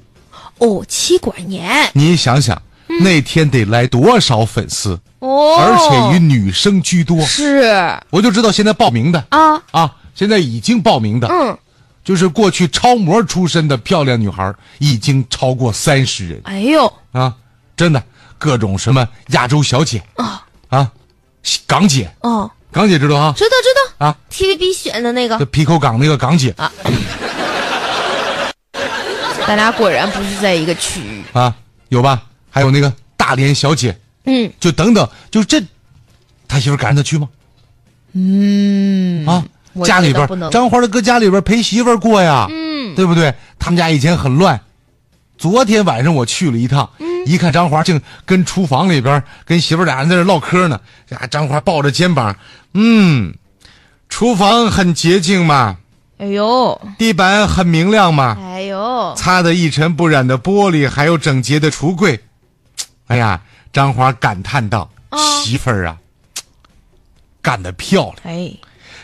Speaker 5: 哦，妻管严
Speaker 4: 你想想，那天得来多少粉丝，
Speaker 5: 嗯哦，
Speaker 4: 而且以女生居多。
Speaker 5: 是
Speaker 4: 我就知道现在报名的
Speaker 5: 啊，
Speaker 4: 啊，现在已经报名的，
Speaker 5: 嗯，
Speaker 4: 就是过去超模出身的漂亮女孩儿已经超过三十人。
Speaker 5: 哎呦，
Speaker 4: 啊，真的，各种什么亚洲小姐啊啊，港姐，
Speaker 5: 哦，啊
Speaker 4: 港姐知道啊
Speaker 5: 知道知道
Speaker 4: 啊，
Speaker 5: ，TVB 选的那
Speaker 4: 这
Speaker 5: 个，
Speaker 4: 皮口港那个港姐
Speaker 5: 咱俩果然不是在一个区域，
Speaker 4: 啊，有吧？还有那个大连小姐，
Speaker 5: 嗯，
Speaker 4: 就等等，就这，他媳妇赶上他去吗？嗯啊，
Speaker 5: 我
Speaker 4: 家里
Speaker 5: 觉得
Speaker 4: 边
Speaker 5: 不能
Speaker 4: 张花的搁家里边陪媳妇儿过呀，嗯，对不对？他们家以前很乱。昨天晚上我去了一趟，一看张华竟跟厨房里边跟媳妇儿俩人在这唠嗑呢。啊，张华抱着肩膀，嗯，厨房很洁净嘛，
Speaker 5: 哎呦，
Speaker 4: 地板很明亮嘛，
Speaker 5: 哎呦，
Speaker 4: 擦得一尘不染的玻璃，还有整洁的橱柜。哎呀，张华感叹道：“媳妇儿啊，干得漂亮！
Speaker 5: 哎，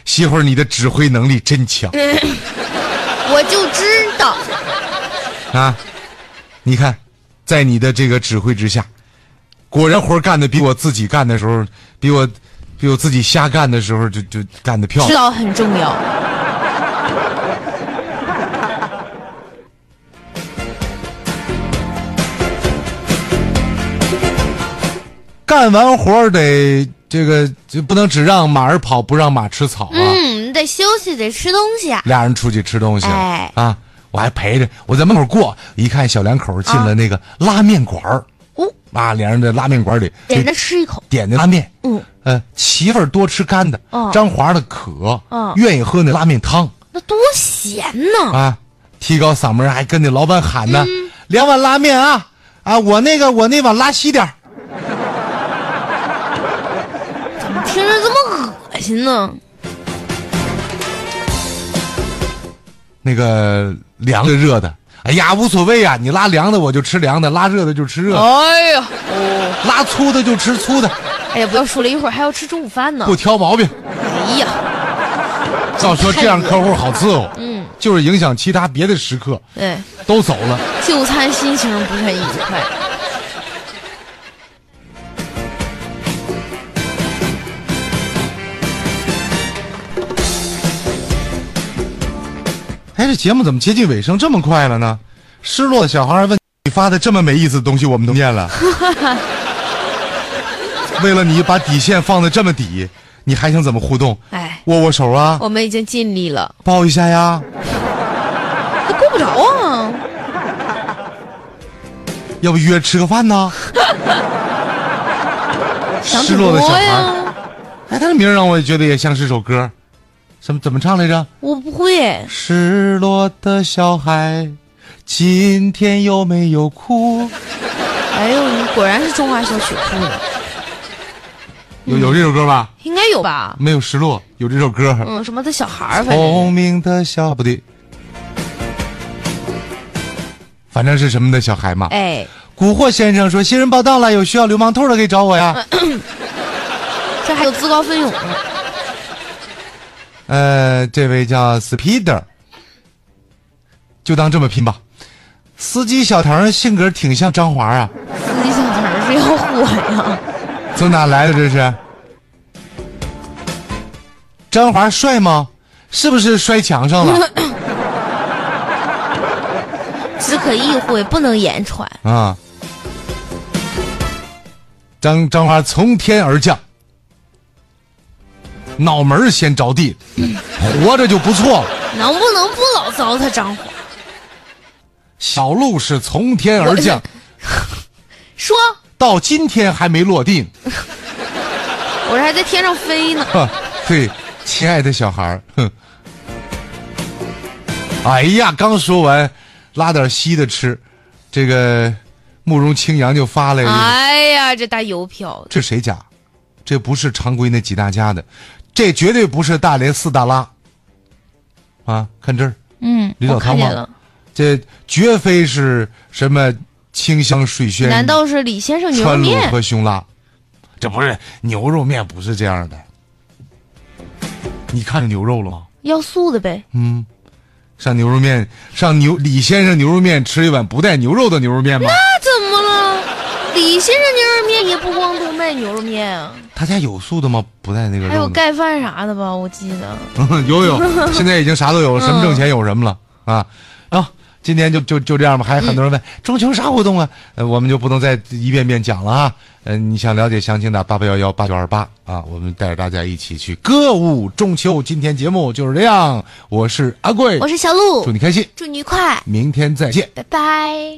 Speaker 4: 媳妇儿，你的指挥能力真强
Speaker 5: 我就知道，
Speaker 4: 啊！你看，在你的这个指挥之下，果然活儿干得比我自己干的时候，比我比我自己瞎干的时候就就干得漂
Speaker 5: 知
Speaker 4: 亮。
Speaker 5: 道很重要，
Speaker 4: 干完活儿得这个就不能只让马儿跑，不让马吃草啊。
Speaker 5: 嗯，你得休息，得吃东西啊，
Speaker 4: 俩人出去吃东西了、
Speaker 5: 哎
Speaker 4: 啊，我还陪着，我在门口过，一看小两口进了那个拉面馆儿，
Speaker 5: 哦，
Speaker 4: 啊，连上这拉面馆里
Speaker 5: 点着吃一口，
Speaker 4: 点的拉面，
Speaker 5: 嗯，
Speaker 4: 呃，媳妇儿多吃干的，
Speaker 5: 哦
Speaker 4: 张华的渴，
Speaker 5: 嗯
Speaker 4: 愿意喝那拉面汤
Speaker 5: 那多咸呢！
Speaker 4: 啊，提高嗓门还跟那老板喊呢，
Speaker 5: 嗯
Speaker 4: 两碗拉面啊，啊，我那个我那碗拉稀点儿
Speaker 5: 听着这么恶心呢。
Speaker 4: 那个凉的热的，哎呀，无所谓啊，你拉凉的我就吃凉的，拉热的就吃热的，
Speaker 5: 哎呀，
Speaker 4: 拉粗的就吃粗的，
Speaker 5: 哎呀，不要说了，一会儿还要吃中午饭呢
Speaker 4: 不。挑毛病。
Speaker 5: 哎呀，
Speaker 4: 要说这样客户好伺候，
Speaker 5: 嗯，
Speaker 4: 就是影响其他别的食客
Speaker 5: 对，
Speaker 4: 都走了。
Speaker 5: 就餐心情不太愉快。
Speaker 4: 哎，这节目怎么接近尾声这么快了呢？失落的小孩问你发的这么没意思的东西，我们都念 了。为了你把底线放的这么底，你还想怎么互动？
Speaker 5: 哎，
Speaker 4: 握握手啊，
Speaker 5: 我们已经尽力了，
Speaker 4: 抱一下呀，
Speaker 5: 那够不着啊。
Speaker 4: 要不约吃个饭呢？
Speaker 5: 想
Speaker 4: 失
Speaker 5: 挺
Speaker 4: 落的小
Speaker 5: 多
Speaker 4: 孩，
Speaker 5: 呀，
Speaker 4: 哎，他的名儿让我也觉得也像是首歌，什么怎么唱来着？
Speaker 5: 我不会。
Speaker 4: 失落的小孩，今天有没有哭？
Speaker 5: 哎呦，你果然是中华小曲库呢，
Speaker 4: 有有这首歌吧？
Speaker 5: 应该有吧？
Speaker 4: 没有失落，有这首歌。
Speaker 5: 嗯，什么的小孩儿，反正
Speaker 4: 聪明的小不对，反正是什么的小孩嘛。
Speaker 5: 哎，
Speaker 4: 古惑先生说：“新人报道了，有需要流氓兔的可以找我呀。
Speaker 5: 这还有自告奋勇呢。”
Speaker 4: 呃，这位叫 Speeder，就当这么拼吧。司机小唐性格挺像张华啊，
Speaker 5: 自己小词儿是要火呀？
Speaker 4: 从哪来的这是？张华帅吗？是不是摔墙上了
Speaker 5: 只可意会，不能言传。
Speaker 4: 啊？张张华从天而降，脑门儿先着地，活着就不错了。
Speaker 5: 能不能不老糟蹋张华？
Speaker 4: 小鹿是从天而降，
Speaker 5: 说，
Speaker 4: 到今天还没落地呢。
Speaker 5: 我这还在天上 飞呢。
Speaker 4: 哈，啊对，亲爱的小孩儿，哼。哎呀，刚说完，拉点稀的吃，这个慕容清扬就发来一个，
Speaker 5: 哎呀，这大油漂
Speaker 4: 这谁家？这不是常规那几大家的，这绝对不是大连四大拉。啊，看这儿，
Speaker 5: 嗯，
Speaker 4: 驴
Speaker 5: 我
Speaker 4: 脑
Speaker 5: 看
Speaker 4: 汤
Speaker 5: 见
Speaker 4: 吗
Speaker 5: 了。？
Speaker 4: 这绝非是什么清香水轩，
Speaker 5: 难道是李先生牛肉
Speaker 4: 川鲁
Speaker 5: 面？
Speaker 4: 和胸拉，这不是牛肉面，不是这样的。你看着牛肉了吗？
Speaker 5: 要素的呗。
Speaker 4: 嗯，上牛肉面，上牛李先生牛肉面吃一碗不带牛肉的牛肉面吗？
Speaker 5: 那怎么了？李先生牛肉面也不光都卖牛肉面啊，
Speaker 4: 他家有素的吗？不带那个
Speaker 5: 还有嗯
Speaker 4: 肉的。
Speaker 5: 盖饭啥的吧？我记得。
Speaker 4: 有 有，现在已经啥都有了，什么挣钱有什么了啊啊！今天就就就这样吧。还有很多人
Speaker 5: 嗯
Speaker 4: 问中秋啥活动啊？呃，我们就不能再一遍遍讲了啊。嗯、你想了解详情的八八幺幺八九二八啊，我们带着大家一起去歌舞中秋。今天节目就是这样，我是阿贵
Speaker 5: 我，是小鹿
Speaker 4: 祝，你开心，
Speaker 5: 祝你愉快，
Speaker 4: 明天再见。
Speaker 5: 拜拜。